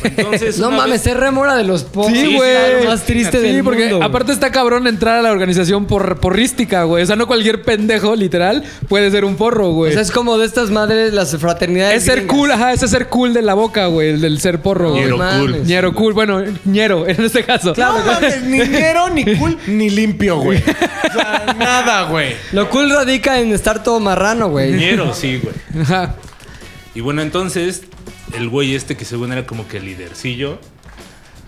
Entonces, No una mames, vez- es remora de los pobres. Sí, Es güey. lo más triste Sí, del porque mundo, güey. aparte está cabrón entrar a la organización por, porrística, güey. O sea, no cualquier pendejo, literal, puede ser un porro, O güey. sea, es como de estas madres, las fraternidades. es ser gringas. cool, ajá, es ser cool de la boca, güey, el del ser porro, güey. Ñero cool. mames. Ñero cool, bueno, ñero, en este caso. Claro, No güey. mames, ni negro, ni cool, ni limpio, güey. O sea, nada, güey. Lo cool radica en estar todo marrano, güey. Ñero, sí, güey. Ajá. Y bueno, entonces, el güey este que según era como que el lidercillo,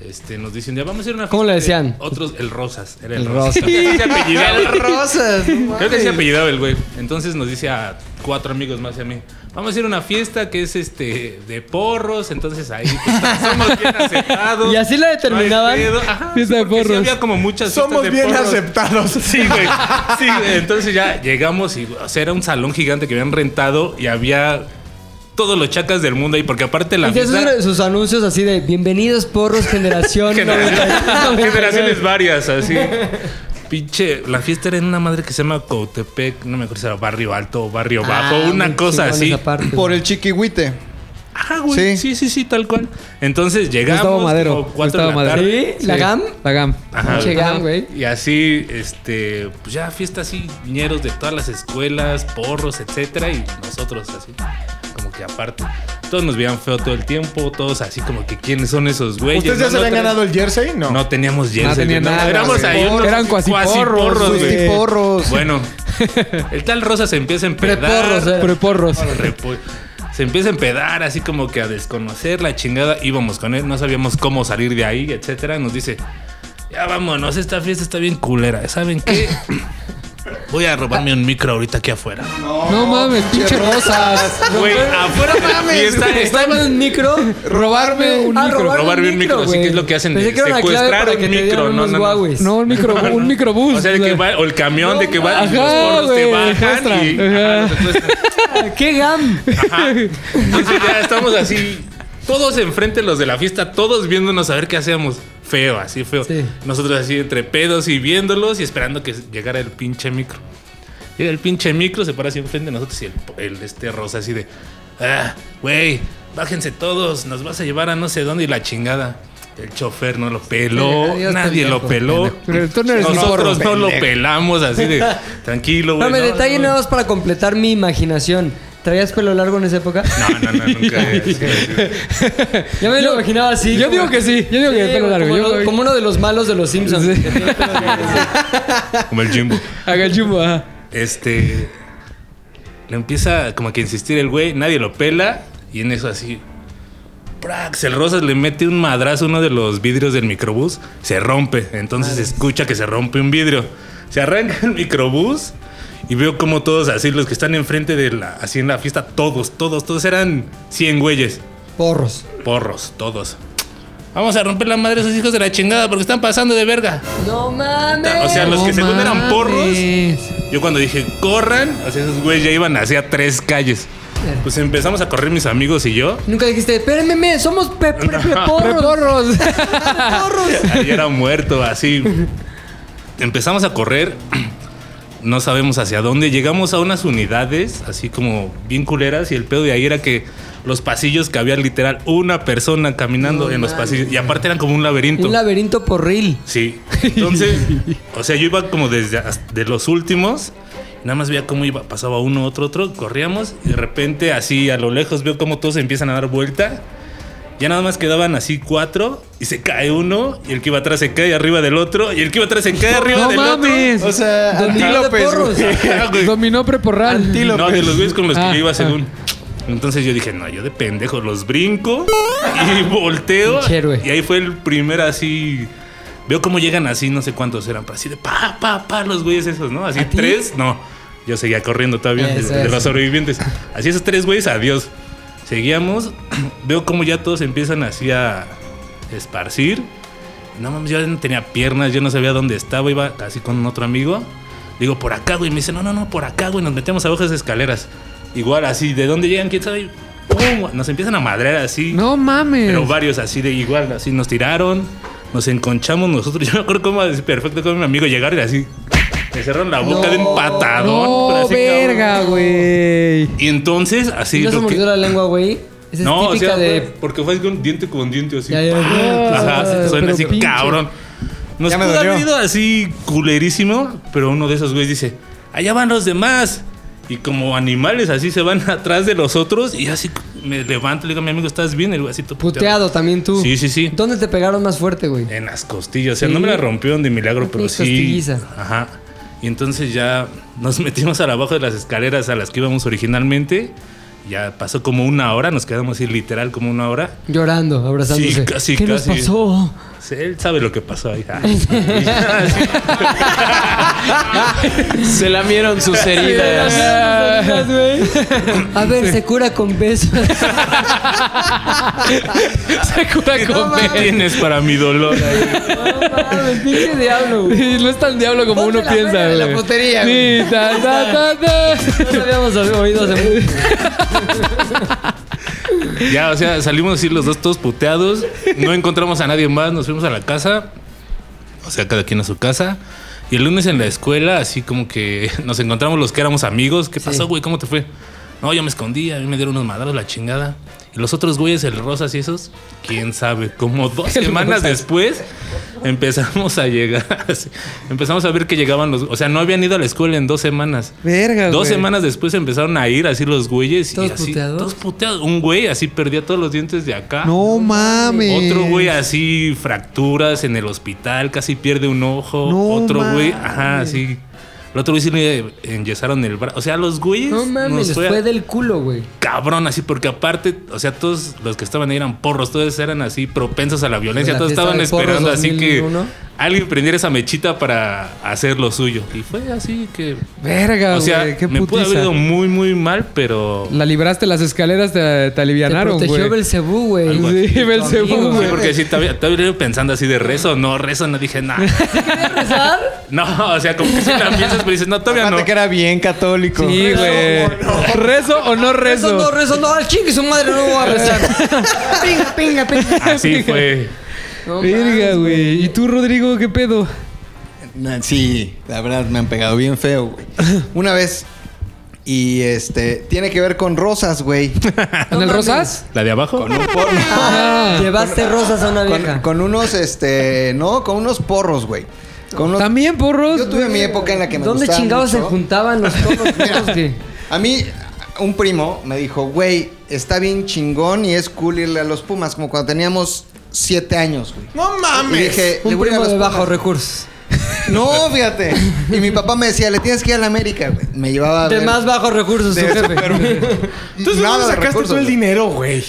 este, nos dicen, ya vamos a ir a una fiesta. ¿Cómo le de decían? Otros, el Rosas. Era el, El Rosas. Rosas. Creo que se apellidaba- Rosas. no Creo que mames. se apellidaba el güey. Entonces nos dice a cuatro amigos más y a mí, vamos a ir a una fiesta que es este de porros, entonces ahí pues, somos bien aceptados. Y así la determinaban. No hay pedo. Ajá, Fiesta de porque sí porros. había como muchas fiestas Somos de bien porros. aceptados. Sí, güey. Sí, güey. Entonces ya llegamos y, o sea, era un salón gigante que habían rentado y había todos los chacas del mundo ahí, porque aparte la Y que fiesta... sus, sus anuncios así de bienvenidos porros generación. Generaciones, 90". generaciones varias, así. Pinche, la fiesta era en una madre que se llama Coatepec, no me acuerdo si era barrio alto o barrio Ah, bajo, una muy cosa chingón así. esa parte, Por güey. el chiquihuite. Ajá, Sí. güey. Sí. sí, sí, tal cual. Entonces llegamos Gustavo Madero. como cuatro de Gustavo la Madero. tarde. ¿Sí? ¿La GAM? La GAM. Ajá. Pinche GAM, güey. Y así, este, pues ya fiesta así, viñeros de todas las escuelas, porros, etcétera, y nosotros así, como que aparte. Todos nos veían feo todo el tiempo, todos así como que quiénes son esos güeyes. ¿Ustedes ya ¿No? se ¿No habían traes- ganado el jersey? No. No, teníamos jersey. tenían no, nada, Éramos güey. ahí unos Eran cuasiporros, cuasiporros, güey. güey. Porros. Bueno, el tal Rosa se empieza a Preporros, empedar. eh. Preporros. Repo- Se empieza a empedar, así como que a desconocer la chingada. Íbamos con él, no sabíamos cómo salir de ahí, etcétera. Nos dice, ya vámonos, esta fiesta está bien culera. ¿Saben qué? Voy a robarme un micro ahorita aquí afuera. No mames, pinche rosas. Güey, afuera de la fiesta está Estaba en un micro. Robarme un Ah, micro. Robarme un micro, sí, güey. que es lo que hacen, Pensé de que era una clave secuestrar para un que te micro, dieran no, unos no, no. Huaweis. No, un micro, un microbús. O sea, de que va, o el camión de que va, y los Ajá, porros te güey, bajan secuestran. y Ajá. ajá, los secuestran. ¡Qué GAM! Ajá. Entonces ya estamos así, todos enfrente los de la fiesta, todos viéndonos a ver qué hacíamos. Feo, así feo. Sí. Nosotros así entre pedos y viéndolos y esperando que llegara el pinche micro. Llega el pinche micro, se para así enfrente de nosotros y el, el este rosa así de, ah, güey, bájense todos, nos vas a llevar a no sé dónde y la chingada. El chofer no lo peló, Sí, adiós, nadie pendejo. lo peló. Pero tú no eres ni Nosotros porro, no lo pelamos así de tranquilo, No, güey. me detalle no". nada más para completar mi imaginación. ¿Traías pelo largo en esa época? No, no, no, nunca. Yo me lo imaginaba así. Yo como- digo que sí, yo digo que Sí, pelo largo. Como, yo lo- digo- como uno de los malos de los Simpsons. Sí. Como el Jimbo. Haga el chumbo, ajá. Este. Le empieza como que a insistir el güey, nadie lo pela. Y en eso así. Prax, el Rosas le mete un madrazo a uno de los vidrios del microbús. Se rompe. Entonces se escucha que se rompe un vidrio. Se arranca el microbús. Y veo como todos así, los que están enfrente de la. Así en la fiesta, todos, todos, todos eran 100 güeyes. Porros. Porros, todos. Vamos a romper la madre a esos hijos de la chingada porque están pasando de verga. ¡No mames! O sea, los que No según eran porros, mames. yo cuando dije corran, o sea, esos güeyes ya iban hacia tres calles. Eh. Pues empezamos a correr mis amigos y yo. Nunca dijiste, espérenme, me, somos pe- pre- preporros. Preporros. Ahí era muerto, así. Empezamos a correr. No sabemos hacia dónde. Llegamos a unas unidades, así como bien culeras, y el pedo de ahí era que los pasillos que había literal una persona caminando en los pasillos. Y aparte eran como un laberinto. Un laberinto porril. Sí. Entonces, o sea, yo iba como desde as- de los últimos. Nada más veía cómo iba, pasaba uno, otro, otro, corríamos y de repente así a lo lejos veo cómo todos empiezan a dar vuelta. Ya nada más quedaban así cuatro y se cae uno y el que iba atrás se cae arriba del otro y el que iba atrás se cae arriba No del mames. O sea, Dominador de antílopes, porros. güey. otro. Ah, güey. Dominó preporral. No, de los güeyes con los que Ah, yo iba ah. según. Entonces yo dije, no, yo de pendejo los brinco y volteo. Pinche héroe. Y ahí fue el primer así. Veo cómo llegan así, no sé cuántos eran, pero así de pa, pa, pa, los güeyes esos, ¿no? Así ¿A ti? tres, no. Yo seguía corriendo todavía de, Eso, de eso. los sobrevivientes. Así esos tres güeyes, adiós. Seguíamos, veo cómo ya todos empiezan así a esparcir. No mames, yo no tenía piernas, yo no sabía dónde estaba, iba así con otro amigo. Digo, por acá, güey. Me dice, no, no, no, por acá, güey. Nos metemos abajo de esas escaleras. Igual, así, ¿de dónde llegan? ¿Quién sabe? ¡Pum! Nos empiezan a madrear así. No mames. Pero varios así de igual, así nos tiraron, nos enconchamos nosotros. Yo me acuerdo cómo así perfecto con mi amigo llegar y así. Me cerraron la boca de un patadón. pero no, así, verga, cabrón. güey. Y entonces, así. ¿No se lo que- mordió la lengua, güey? Esa es no, o típica sea, de... fue- porque fue con diente con diente, así. Ya, ya, ¡pah! ya, Ajá, pero suena así, pinche. cabrón. Nos Ya me pudo haber dolió. ido así culerísimo, pero uno de esos güeyes dice, allá van los demás. Y como animales así se van atrás de los otros y así me levanto y le digo, mi amigo, ¿estás bien? El güey así todo Puteado también tú. Sí, sí, sí. ¿Dónde te pegaron más fuerte, güey? En las costillas. O sea, no Sí. me la rompieron de milagro, pero Ni sí. costilliza. Ajá. Y entonces ya nos metimos al abajo de las escaleras a las que íbamos originalmente. Ya pasó como una hora, nos quedamos así literal como una hora. Llorando, abrazándose. Sí, casi, ¿Qué nos casi. pasó? Sí, Él sabe lo que pasó ahí. Ay, sí. Se lamieron sus heridas. A ver, se cura con besos. Se cura ¿Qué con tienes para mi dolor? mames, pinche diablo, güey. Sí, no es tan diablo como Ponte uno la piensa, verga de güey. la putería, Sí, güey. ta, ta, ta, ta. No lo habíamos oído hace mucho. Ya, o sea, salimos así los dos todos puteados. No encontramos a nadie más. Nos fuimos a la casa. O sea, cada quien a su casa. Y el lunes en la escuela, así como que nos encontramos los que éramos amigos. ¿Qué pasó, güey? ¿Cómo te fue? No, yo me escondí. A mí me dieron unos madrazos, la chingada. Y los otros güeyes, el Rosas y esos, quién sabe. Como dos semanas después empezamos a llegar. así. Empezamos a ver que llegaban los. O sea, no habían ido a la escuela en dos semanas. Verga, Dos güey. semanas después empezaron a ir así los güeyes. ¿Todos y así, puteados? Todos puteados. Un güey así perdía todos los dientes de acá. No mames. Otro güey así, fracturas en el hospital, casi pierde un ojo. No otro güey, mames. ajá, así. El otro güey sí le enyesaron el brazo. O sea, los güeyes. No nos mames, les fue a- fue del culo, güey. cabrón así, porque aparte, o sea, todos los que estaban ahí eran porros, todos eran así propensos a la violencia, La todos fiesta estaban de porros esperando así que 2001. alguien prendiera esa mechita para hacer lo suyo. Y fue así que... Verga, o sea, güey. Qué me pudo putiza. haber ido muy, muy mal, pero... La libraste las escaleras, te, te Te alivianaron, güey. protegió Belcebú, güey. Algo así. Sí, Belcebú, Tu amigo, Sí, güey. porque sí, todavía, todavía iba pensando así de rezo, no, rezo, no dije nada. No, o sea, como que si la piensas, pero dices, no, todavía Aparte no. que era bien católico. Sí, güey. ¿Rezo o no rezo? Rezo, no, rezo, no. Al chingue su madre no lo voy a rezar. pinga, pinga, pinga. Así fue. No Verga, mames, güey. ¿Y tú, Rodrigo, qué pedo? Nah, Sí, la verdad me han pegado bien feo, güey. Una vez. Y este. Tiene que ver con rosas, güey. ¿En el Rosas? ¿La de abajo? Ah, Llevaste rosas a una Con, vieja. con unos, este. No, con unos porros, güey. Con unos- También, porros. Yo tuve mi época en la que me ¿Dónde gustaban chingados se mucho. juntaban los toros? toros que- A mí, un primo me dijo, güey, está bien chingón y es cool irle a los Pumas, como cuando teníamos siete años, güey. No Y mames. dije, le Un voy a ir a primo los de bajos Pumas. recursos. No, fíjate. Y mi papá me decía, le tienes que ir a la América, güey. Me llevaba. a De ver- más bajos recursos, tu de- jefe. pero- nada Entonces, ¿dónde de sacaste recursos, todo el güey. dinero, güey?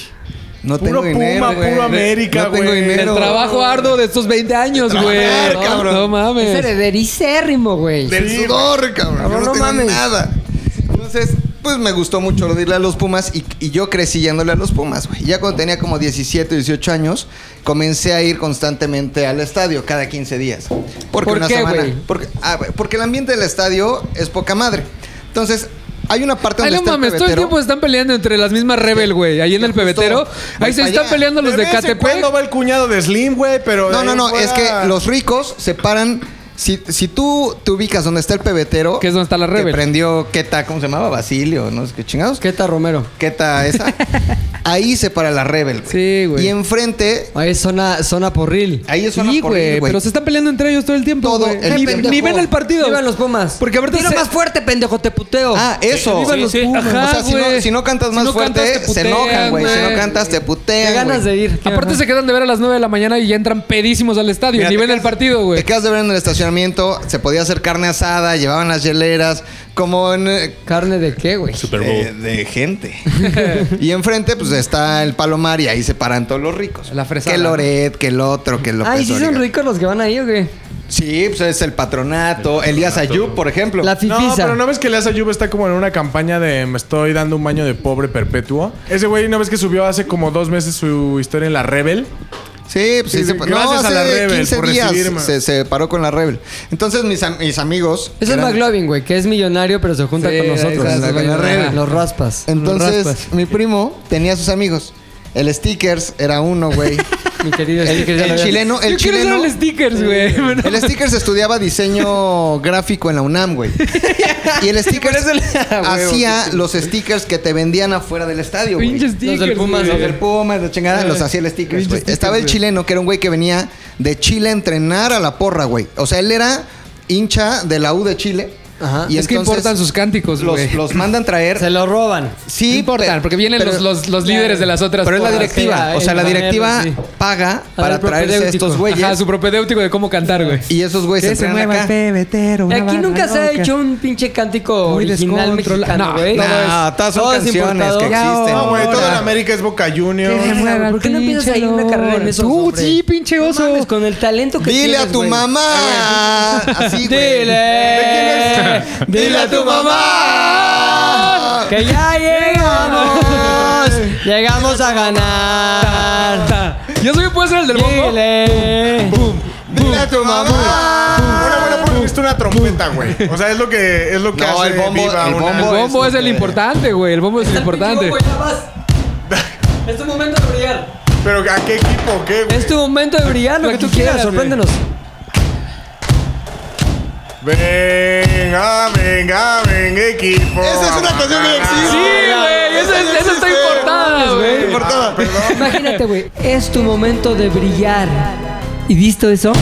No Puro tengo dinero. Puma, güey. puro América, No tengo güey. dinero. El trabajo arduo de estos 20 años, güey. trabajar, No, cabrón. no Es mames. heredericérrimo, güey. Del sudor, cabrón. Yo Cabrón, no, no tengo mames. nada. Entonces, pues me gustó mucho lo de irle a los Pumas y, y yo crecí yéndole a los Pumas, güey. Ya cuando tenía como 17, 18 años, comencé a ir constantemente al estadio cada 15 días. Porque ¿Por una qué, semana. güey? Porque, ah, güey, porque el ambiente del estadio es poca madre. Entonces, hay una parte Ay, donde no está el mames, todo el pebetero. tiempo se están peleando entre las mismas Rebel, güey. Ahí en el Justo, pebetero. voy Ahí se pa' están allá. peleando los de vez en Catepec. cuando va el cuñado de Slim, güey, pero. No, de no, ahí no. fuera- Es que los ricos se paran. Si, si tú te ubicas donde está el pebetero. Que es donde está la Que Rebel. prendió Keta, ¿cómo se llamaba? Basilio, no sé qué chingados. Queta Romero. Queta esa. Ahí se para la Rebel. Sí, güey. Y enfrente, Ahí es zona, zona porril. ahí es una Sí, porril, güey. Pero se están peleando entre ellos todo el tiempo. Todo güey. el ni, tiempo. ni ven el partido. Oh, Vivan los Pumas. Porque ahorita Tira se- más fuerte, pendejo, te puteo. Ah, eso. Sí, sí, o ajá, sea, si no, güey. si no cantas Si más no fuerte, cantas, te se putean, enojan, güey. Si güey. no cantas, te putean. Qué ganas eh, güey. de ir. qué Aparte ganas. se quedan de ver a las 9 de la mañana y ya entran pedísimos al estadio. Mira, ni te ven el quedas- partido, Te güey. acabas de ver en el estacionamiento, se podía hacer carne asada, llevaban las hieleras, como en. eh, ¿Carne de qué, güey? Super Bowl. De, de gente. y enfrente, pues está el palomar y ahí se paran todos los ricos. La fresada, Que ¿no? Loret, que el otro, que el otro. Ay, sí son ricos los que van ahí, ¿o qué? Sí, pues es el patronato. Elías Ayub, por ejemplo. La No, fifiza. pero no ves que Leaza Juve está como en una campaña de me estoy dando un baño de pobre perpetuo. Ese güey, ¿no ves que subió hace como dos meses su historia en la Rebel? Sí, pues Sí, sí, se sí, pa- gracias no, a la hace Rebel 15 por días recibirme. se, se paró con la Rebel. Entonces, mis, am- mis amigos. Ese es eran- McLovin, güey, que es millonario, pero se junta Sí, con nosotros. ahí está, con la red. Los raspas. Los raspas. Entonces, mi primo tenía sus amigos. El Stickers era uno, güey. Mi querido el, Stickers, ya el lo había- chileno, el Yo quiero ser chileno. el stickers, güey. El Stickers estudiaba diseño gráfico en la UNAM, güey. Y el Stickers hacía los stickers que te vendían afuera del estadio, güey. Pinche stickers. del Pumas, güey. Los del Pumas, la chingada, los hacía el stickers, Eh, Pinches güey. stickers, Estaba el güey. chileno, que era un güey que venía de Chile a entrenar a la porra, güey. O sea, él era hincha de la U de Chile. Ajá. Es que importan sus cánticos, güey. los, los mandan traer. Se lo roban. sí, No importan, pe- porque vienen pero- los, los, los líderes de las otras. Pero es la porras. directiva. sí, o sea, el la banner, directiva sí. paga para el traerse a propedéutico. estos güeyes. Ajá, su propedéutico de cómo cantar, güey. Y esos güeyes se, entrenan acá. pebetero. una Aquí barra nunca se ha loca. hecho un pinche cántico Muy original descontrola- mexicano, No, güey. no, Todo es- todas son todo es canciones importado. que existen. No, güey, Ahora. todo en América es Boca Junior. Que se mueva ¿Por qué no el empiezas ahí una pinche carrera en loro? esos, Tú, hombre? sí, pinche No oso. mames, con el talento que Dile tienes, a tu güey. mamá. Así, güey. Dile, dile a tu mamá que ya llegamos, llegamos a ganar. Yo soy que puedo ser el del bombo. Dile, ¡Dile a tu mamá! Bueno, bueno, viste una trompeta, güey. O sea, es lo que es lo que No, hace el bombo- viva el una- El bombo es el importante, güey. El bombo es el importante. Es tu momento de brillar. Pero a qué equipo, qué, güey. Es tu momento de brillar, lo que tú quieras, sorpréndenos. Venga, venga, venga, equipo. Ah, Esa es una canción que existe. Sí, güey. Esa, Esa no esa está existe. importada, güey. Ah, perdón. Imagínate, güey, es tu momento de brillar. ¿Y visto eso?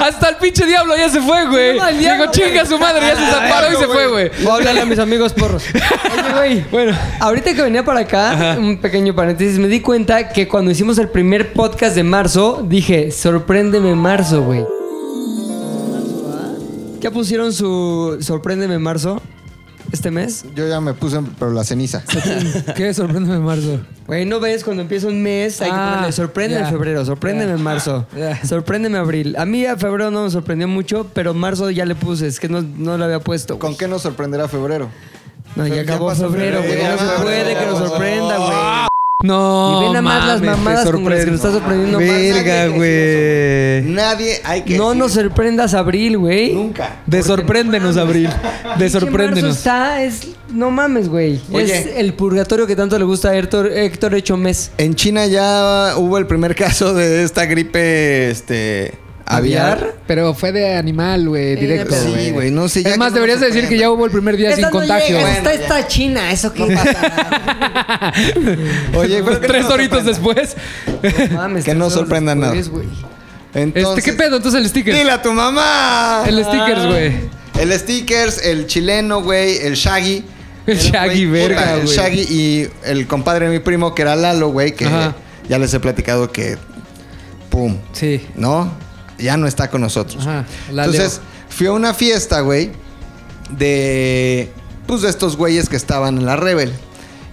Hasta el pinche diablo ya se fue, güey. No, el diablo, Digo, chinga su madre, ya se desamparó y se fue, güey. Voy a hablarle a mis amigos porros. Oye, güey. Bueno, ahorita que venía para acá, un pequeño paréntesis, me di cuenta que cuando hicimos el primer podcast de marzo, dije, sorpréndeme marzo, güey. ¿Qué pusieron su sorpréndeme marzo este mes? Yo ya me puse, pero la ceniza. Qué sorpréndeme, Marzo. Güey, no ves cuando empieza un mes, hay que Ah, ponerle, sorpréndeme ya. febrero, sorpréndeme Ya. marzo, Ya. sorpréndeme abril. A mí a febrero no me sorprendió mucho, pero marzo ya le puse, es que no, no lo había puesto. güey. ¿Con qué nos sorprenderá febrero? No, ya Ya acabó pasó febrero, güey. febrero, No ya se pasó. puede que nos sorprenda, güey. No. y ve nada más mames, las te mamadas como las que nos está sorprendiendo más. Verga, güey. Nadie hay que No decir nos sorprendas abril, güey. nunca. De sorpréndenos, Abril. De Pinche marzo sorpréndenos. está, es... No mames, güey. Oye. Es el purgatorio que tanto le gusta a Héctor, Héctor hecho mes. En China ya hubo el primer caso de esta gripe este aviar. Pero fue de animal, güey, directo. pero- Sí, güey, no sé. ya Es más, que no deberías nos decir que ya hubo el primer día Esa sin no contagio. llega, güey. Está, está China, eso qué pasa. sorprenda. Oye, pero que no Tres nos horitos sorprenda. después. No mames, Que qué no feo sorprenda nada. después, güey. Este, Entonces, ¿Qué pedo? Entonces el sticker. Dile a tu mamá. El stickers, güey. El stickers, el chileno, güey, el Shaggy. El Era un Shaggy, güey, puta, verga, El güey. Shaggy y el compadre de mi primo, que era Lalo, güey, que Ajá. ya les he platicado que. Pum. Sí. ¿No? Ya no está con nosotros. Ajá, la Entonces, fui a una fiesta, güey, de. Pues de estos güeyes que estaban en la Rebel.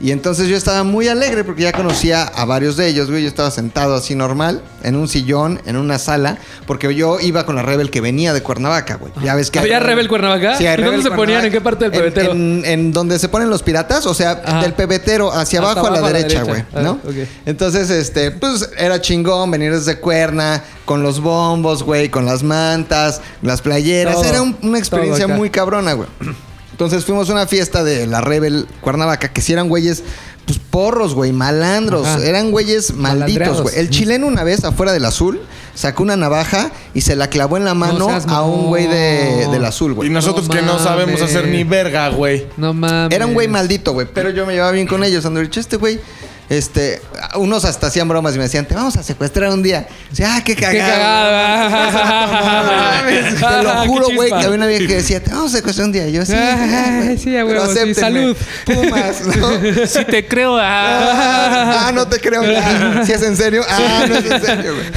Y entonces yo estaba muy alegre porque ya conocía a varios de ellos, güey. Yo estaba sentado así normal, en un sillón, en una sala, porque yo iba con la Rebel que venía de Cuernavaca, güey. Ya ves que. ¿Había hay- Rebel Cuernavaca? Sí, hay ¿Y dónde Rebel se ponían? ¿En qué parte del pebetero? En, en donde se ponen los piratas, o sea, Ajá. del pebetero hacia Hasta abajo a la abajo derecha, güey, Ah, ¿no? ok. Entonces, este, pues era chingón venir desde Cuerna, con los bombos, güey, con las mantas, las playeras. Todo, era un- una experiencia todo acá. muy cabrona, güey. Entonces fuimos a una fiesta de la Rebel Cuernavaca, que si eran güeyes, pues porros, güey, malandros. Ajá. Eran güeyes malditos, Malandreados. Mm. güey. El chileno una vez, afuera del azul, sacó una navaja y se la clavó en la mano seas a un mamón. güey de- del azul, Y güey. nosotros No que no sabemos mames. hacer ni verga, güey. No mames. Era un güey maldito, güey. Pero yo me llevaba bien con ellos. Andrés, este güey. Este, unos hasta hacían bromas y me decían, te vamos a secuestrar un día. Dice, ah, qué cagada. ¡Qué güey". Te cagada! lo Ah, qué juro, güey, que chispa. había una vieja que decía, te vamos a secuestrar un día. Y Yo, sí, Ah, ah, güey, sí, a pero huevo, sí, acéptenme". salud. Pumas, ¿no? Sí te creo. Ah, no te creo. Ah, Si es en serio. Ah, no es en serio, güey.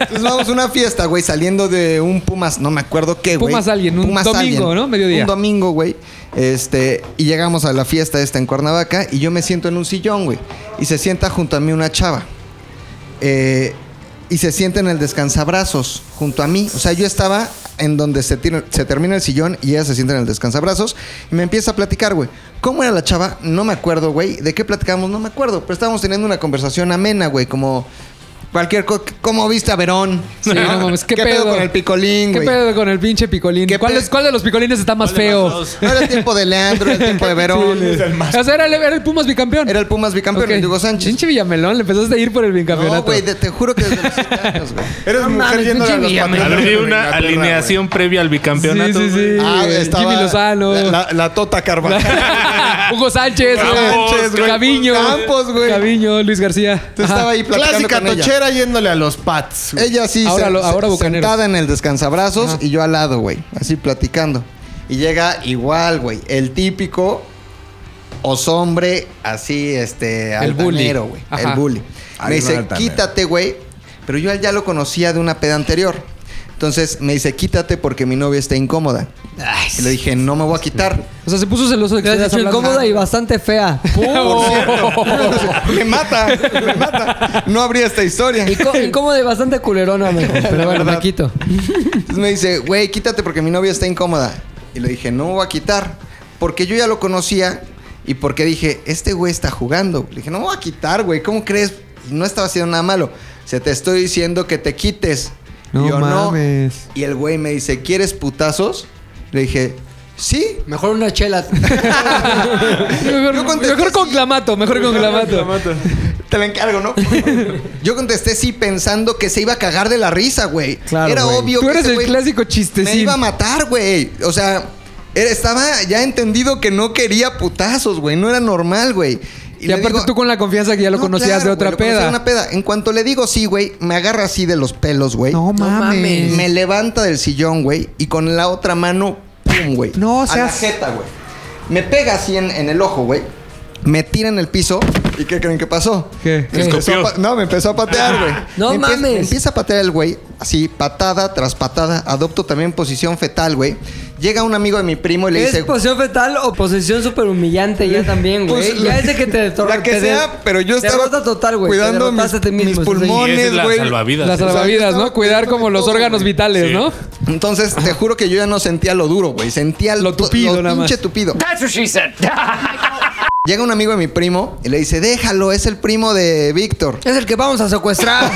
Entonces vamos a una fiesta, güey, saliendo de un Pumas, no me acuerdo qué, güey. Pumas alguien, un domingo, ¿no? Mediodía. Un domingo, güey. Este, y llegamos a la fiesta esta en Cuernavaca y yo me siento en un sillón, güey. Y se sienta junto a mí una chava. Eh, y se sienta en el descansabrazos junto a mí. O sea, yo estaba en donde se, tira- se termina el sillón y ella se sienta en el descansabrazos y me empieza a platicar, güey. ¿Cómo era la chava? No me acuerdo, güey. ¿De qué platicamos? No me acuerdo. Pero estábamos teniendo una conversación amena, güey. Como cualquier cosa. ¿Cómo viste a Verón? Sí, no mames, ¿qué pedo? con el picolín, ¿Qué güey? pedo con el pinche picolín? ¿Qué ¿Cuál, pe- es- ¿Cuál de los picolines está más ¿Cuál de los feo? dos? No era el tiempo de Leandro, era el tiempo de Verón. O sea, era el, era el Pumas bicampeón. Era el Pumas bicampeón, Ok. el Hugo Sánchez. Pinche Villamelón, le empezaste a ir por el bicampeonato. No, güey, de- te juro que desde los siete años, güey. Eres mujer mames, yendo a pinche los Villamelón. A ver, patrones di de una Vengatura, alineación previa al bicampeonato. Sí, sí, sí. güey. Ah, güey. estaba Jimmy Lozano. La, la- la Tota Carvajal. Hugo Sánchez, Campos, güey. güey. Caviño. Campos, güey. Caviño, Luis García. Entonces estaba ahí güey. platicando Clásica con ella. tochera yéndole a los pats. güey. Ella sí, Ahora se- lo- se- ahora Bucaneros. sentada en el descansabrazos y yo al lado, güey. Así platicando. Y llega igual, güey. El típico osombre, así, este, El bully. altanero, güey. Ajá. El bully. me Ay, no dice, altanero. quítate, güey. Pero yo a él ya lo conocía de una peda anterior. Entonces me dice, quítate porque mi novia está incómoda. y le dije, no me voy a quitar. O sea, se puso celoso de que Te has estuvieras dicho hablando. incómoda y bastante fea. me mata, me mata. No habría esta historia. Inco- Incómoda y bastante culerona, mejor. Pero bueno, me quito. Entonces me dice, güey, quítate porque mi novia está incómoda. Y le dije, no me voy a quitar. Porque yo ya lo conocía y porque dije, este güey está jugando. Le dije, no me voy a quitar, güey, ¿cómo crees? Y no estaba haciendo nada malo. Se te estoy diciendo que te quites. No y yo, mames. Y el güey me dice, ¿quieres putazos? Le dije, sí. Mejor una chela. Mejor, mejor con clamato, mejor con clamato. Te la encargo, ¿no? Yo contesté sí pensando que se iba a cagar de la risa, güey. Claro, Era güey. obvio Tú que eres ese el güey clásico me chistecín. iba a matar, güey. O sea, era- estaba ya entendido que no quería putazos, güey. No era normal, güey. Y, le aparte digo, tú con la confianza que ya lo "No, conocías claro, güey, de otra lo conocía de peda. una peda. En cuanto le digo sí, güey, me agarra así de los pelos, güey. No mames. Mm, Me levanta del sillón, güey, y con la otra mano, pum, güey. No A la seas- jeta, güey. Me pega así en, en el ojo, güey. Me tira en el piso. ¿Y qué creen que pasó? ¿Qué? Me empezó escupió. a pa- no, me empezó a patear, güey. No Me empie- mames. me empieza a patear el güey, así, patada tras patada. Adopto también posición fetal, güey. Llega un amigo de mi primo y le ¿Es dice... posición fetal o posesión súper humillante ya también, güey? Pues, ya la- es de que te detor- la que te de- sea, pero yo estaba derrota total, güey. cuidando Te mis- derrotaste a ti mis mismo, estás ahí. Y pulmones. esa es la güey. salvavidas. eh. Las O sea, yo salvavidas, estaba ¿no? Cuidar cuidando como de los todo, órganos güey. vitales, Sí. ¿no? Entonces, te juro que yo ya no sentía lo duro, güey. Sentía Lo to- tupido, lo nada más. pinche tupido. Llega un amigo de mi primo y le dice, déjalo, es el primo de Víctor. Es el que vamos a secuestrar.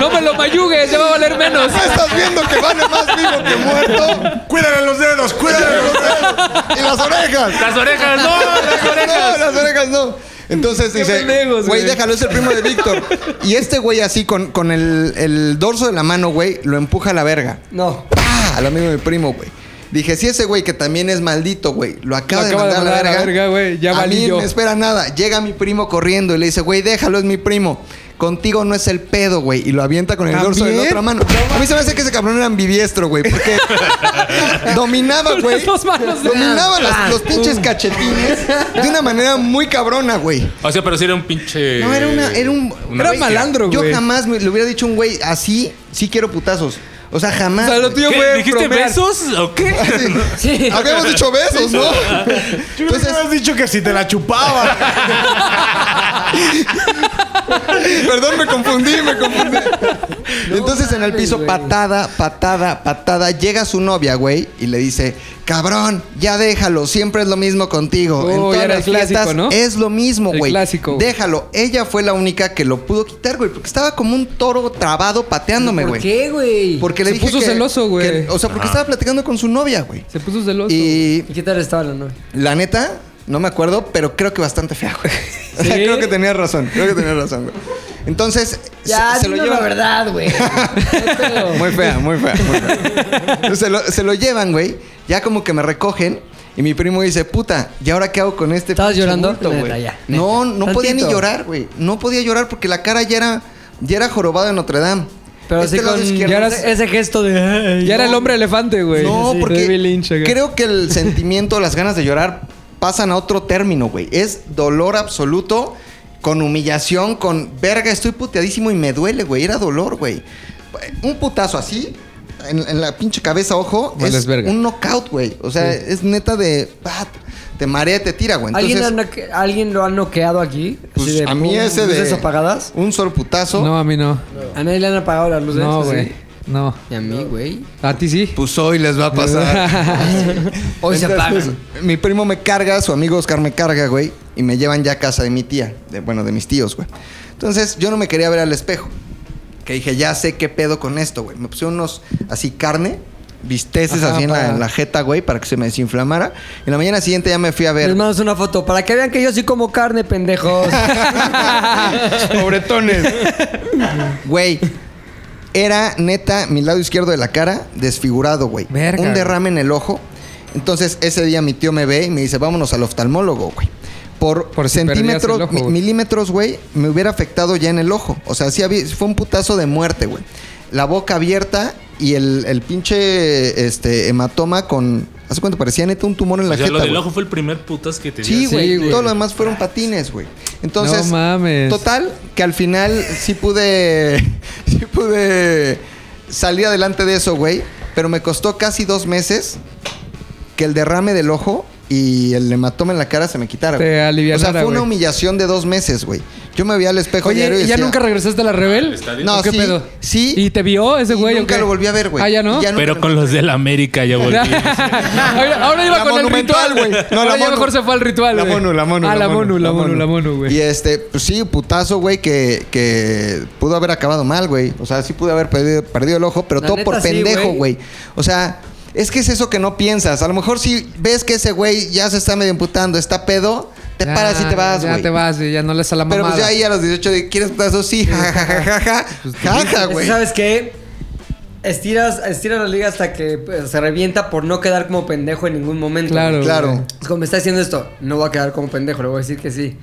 no me lo mayugues, ya va a valer menos. ¿No estás viendo que vale más vivo que muerto? ¡Cuídale los dedos! ¡Cuídale los dedos! ¡Y las orejas! Las orejas, no, las No, orejas. las orejas no. Entonces dice, pendejos, güey, güey. déjalo, es el primo de Víctor. Y este güey así, con, con el, el dorso de la mano, güey, lo empuja a la verga. No. ¡Pah! Al amigo de mi primo, güey. Dije, si ese güey que también es maldito, güey, lo acaba, Lo acaba de mandar a la verga, güey, ya a valí mí yo. no me espera nada. Llega mi primo corriendo y le dice, güey, déjalo, es mi primo. Contigo no es el pedo, güey. Y lo avienta con el dorso de la ¿También? otra mano. A mí se me hace que ese cabrón era ambidiestro, güey. Porque dominaba, Con güey. las dos manos de- Dominaba las- los pinches cachetines de una manera muy cabrona, güey. O sea, pero sí era un pinche. No, era una- era un- era bestia. malandro. Yo güey. jamás me- le hubiera dicho a un güey así, sí quiero putazos. O sea, O jamás. sea, lo güey. tuyo ¿Qué? fue ¿Dijiste bromear. besos o qué? Sí. Habíamos dicho besos, ¿no? Entonces, Entonces, has dicho que si te la chupaba. Perdón, me confundí, me confundí. Entonces en el piso, patada, patada, patada, llega su novia, güey, y le dice, cabrón, ya déjalo, siempre es lo mismo contigo. Oh, en todas ya era las el clásico, fiestas ¿no? es lo mismo, El güey. clásico, güey. Déjalo. Ella fue la única que lo pudo quitar, güey, porque estaba como un toro trabado pateándome, ¿Por güey. qué, güey? Porque le Se dije puso que- celoso, güey. que- O sea, porque estaba platicando con su novia, güey. Se puso celoso. Y ¿Y qué tal estaba la novia? la neta, no me acuerdo, pero creo que bastante fea, güey. O sea, ¿Sí? creo que tenía razón, creo que tenía razón, güey. Entonces, Ya, se, se lo dinos lleva. la verdad, güey. No pedo. Muy fea, muy fea, muy fea. se, lo, se lo llevan, güey. Ya como que me recogen. Y mi primo dice, puta, ¿y ahora qué hago con este ¿Estabas pinche llorando? bulto, Neta, güey?" ya, No, neta. no podía ni Tantito. llorar, güey. No podía llorar porque la cara ya era, ya era jorobada en Notre Dame. Pero Este así lado con izquierdo- ya eras- ese gesto de. "Ay, ya era no". el hombre elefante, güey. No, Sí, porque David Lynch, acá. creo que el sentimiento, las ganas de llorar pasan a otro término, güey. Es dolor absoluto con humillación, con verga, estoy puteadísimo y me duele, güey. Era dolor, güey. Un putazo así. En, en la pinche cabeza, ojo, Vales es verga. un knockout, güey. O sea, es neta de. ah, te marea, te tira, güey. ¿Alguien, Entonces, ha noque- ¿Alguien lo ha noqueado aquí? Así pues, de a mí pum, ese luces de. apagadas? Un solo putazo. No, a mí no. A nadie le han apagado las luces. No, así. güey. No. Y a mí, güey. A ti sí. Pues hoy les va a pasar. Hoy se Entonces, apagan. Mi primo me carga, su amigo Oscar me carga, güey, y me llevan ya a casa de mi tía, de- bueno, de mis tíos, güey. Entonces yo no me quería ver al espejo. Que dije, ya sé qué pedo con esto, güey. Me puse unos así carne, visteces Ajá, así en la, para- en la jeta, güey, para que se me desinflamara. En la mañana siguiente ya me fui a Les ver. mandamos una foto para que vean que yo sí como carne, pendejos. Pobretones. Güey. Era neta mi lado izquierdo de la cara desfigurado, güey. Verga, Un güey. derrame en el ojo. Entonces ese día mi tío me ve y me dice, vámonos al oftalmólogo, güey. Por, Por si perdías centímetros, el ojo, mi- güey. milímetros, güey, me hubiera afectado ya en el ojo. O sea, sí había- fue un putazo de muerte, güey. La boca abierta y el, el pinche este, hematoma con... ¿Hace cuánto parecía neta un tumor en la O sea, Pues lo jeta, del güey. ojo fue el primer putas que te Sí, dio. Sí, güey. güey. Todo lo demás fueron patines, güey. Entonces, No mames. total, que al final sí pude, sí pude salir adelante de eso, güey. Pero me costó casi dos meses que el derrame del ojo y el hematoma en la cara se me quitara, Te güey. O sea, alivianara, fue una güey. humillación de dos meses, güey. Yo me veía al espejo Oye, diario y ¿y ¿ya decía, nunca regresaste a la Rebel? No, ¿O ¿Qué sí, pedo? sí. ¿Y te vio ese güey? o nunca qué? lo volví a ver, güey. Ah, ¿ya no? Ya Pero con los del América ya volví. ahora, ahora iba La con el Monumental, ritual, güey. güey. No, la ahora ya Monu. mejor se fue al ritual, La güey. mono, la mono. Ah, la mono, la mono, la mono, güey. Y este, pues sí, putazo, güey, que, que pudo haber acabado mal, güey. O sea, sí pude haber perdido, perdido el ojo, pero La todo neta, por sí, pendejo, güey. güey. O sea, es que es eso que no piensas. A lo mejor si ves que ese güey ya se está medio emputando, está pedo, te Ya, paras y te vas, Ya güey. te vas, güey, ya no le a la mamada. Pues Pero pues ya ahí a los 18, de, ¿quieres putazo? Sí, jajajaja. Jaja, güey. Este, ¿Sabes qué? Estiras, estiras la liga hasta que pues, se revienta por no quedar como pendejo en ningún momento. Claro. Claro. Es como me está haciendo esto, no voy a quedar como pendejo, le voy a decir que sí.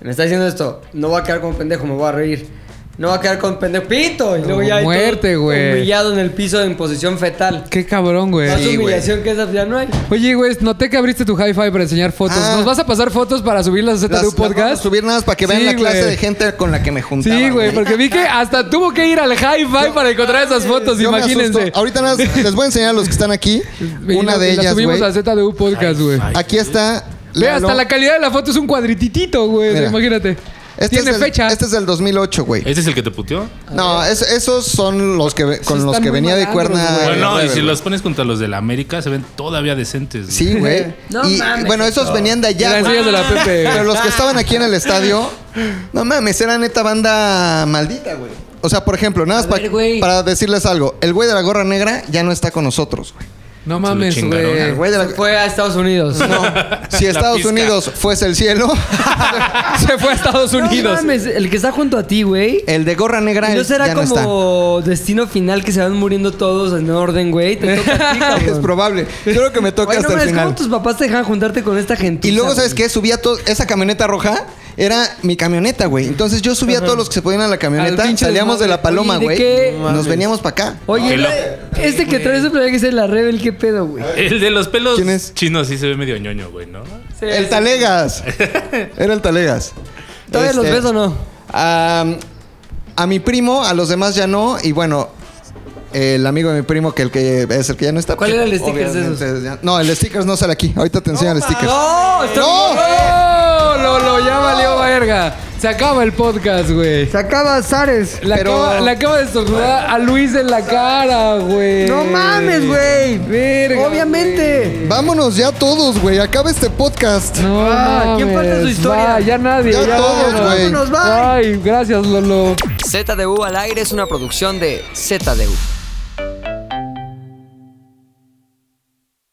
Me está haciendo esto, no voy a quedar como pendejo, me voy a reír. No voy a quedar como pendejo, pito. Y luego ya ahí todo Muerte, güey. humillado en el piso en posición fetal. Qué cabrón, güey. Más Sí, güey. humillación que esa ya no hay. Oye, güey, noté que abriste tu hi-fi para enseñar fotos. Ah. ¿Nos vas a pasar fotos para subirlas a Las- ZDU las vamos a Podcast? subir nada más para que vean Sí, la clase güey. de gente con la que me juntaba. Sí, güey, porque vi que hasta tuvo que ir al hi-fi para encontrar esas fotos, Yo me imagínense. asusto. Ahorita nada más les voy a enseñar a los que están aquí. Y Una la- de y la ellas, subimos güey. a ZDU Podcast, güey. Aquí está. Ve, Lalo. hasta la calidad de la foto es un cuadrititito, güey. Mira. Imagínate. Este Tiene es del- fecha. Este es del 2008, güey. ¿Ese es el que te puteó? No, es- esos son los que con los están que muy venía de malandros, cuerna. güey. Bueno, no, y Rebel, si güey. los pones contra los del América, se ven todavía decentes. güey. Sí, güey. No y mames, bueno, esos venían de Y allá, las güey. sillas de la Pepe. Pero los que estaban aquí en el estadio, no mames, era neta banda maldita, güey. O sea, por ejemplo, nada más pa- ver, güey. para decirles algo. El güey de la gorra negra ya no está con nosotros, güey. No lo mames, chingaron, güey. güey. El güey de la- Se fue a Estados Unidos. Si La Estados pizca. Unidos fuese el cielo, Se fue a Estados No Unidos. mames, el que está junto a ti, güey. el de gorra negra Y no él será ya no está. como destino final que se van muriendo todos en orden, güey. Te toca a ti, cabrón. Es probable. Yo creo que me toca Güey, no hasta el mames, final. ¿Cómo tus papás te dejan juntarte con esta gente? Y luego, ¿sabes qué? Subía todo. Esa camioneta roja era mi camioneta, güey. Entonces yo subía a todos los que se podían a la Al camioneta. pinche Salíamos de desmadre. la paloma, Oye, ¿de güey. qué? Nos veníamos para acá. Oye, Que lo- este que traes un que es la Rebel, ¿qué pedo, güey? El de los pelos ¿Quién es? chinos sí se ve medio ñoño, güey, ¿no? El Talegas. Era el Talegas. ¿Todavía los Este, ves o no? am, a mi primo, a los demás ya no. Y bueno, el amigo de mi primo, que el que es el que ya no está. pues, ¿Cuál era el stickers de esos? obviamente, ya- No, el stickers no sale aquí. Ahorita te enseño el sticker. ¡No! ¡Está ¡No! ¡Oh! Lolo, ya valió verga. Se acaba el podcast, güey. Se acaba Zares. Le, Pero- acaba, le acaba de estornudar a Luis en la cara, güey. ¡No mames, güey! Verga, Obviamente. Vámonos ya todos, güey. Acaba este podcast. No Ah, mames. ¿quién falta en su historia? Va, ya nadie. Ya todos, vámonos. güey. Vámonos, bye. Ay, gracias, Lolo. ZDU al aire es una producción de ZDU.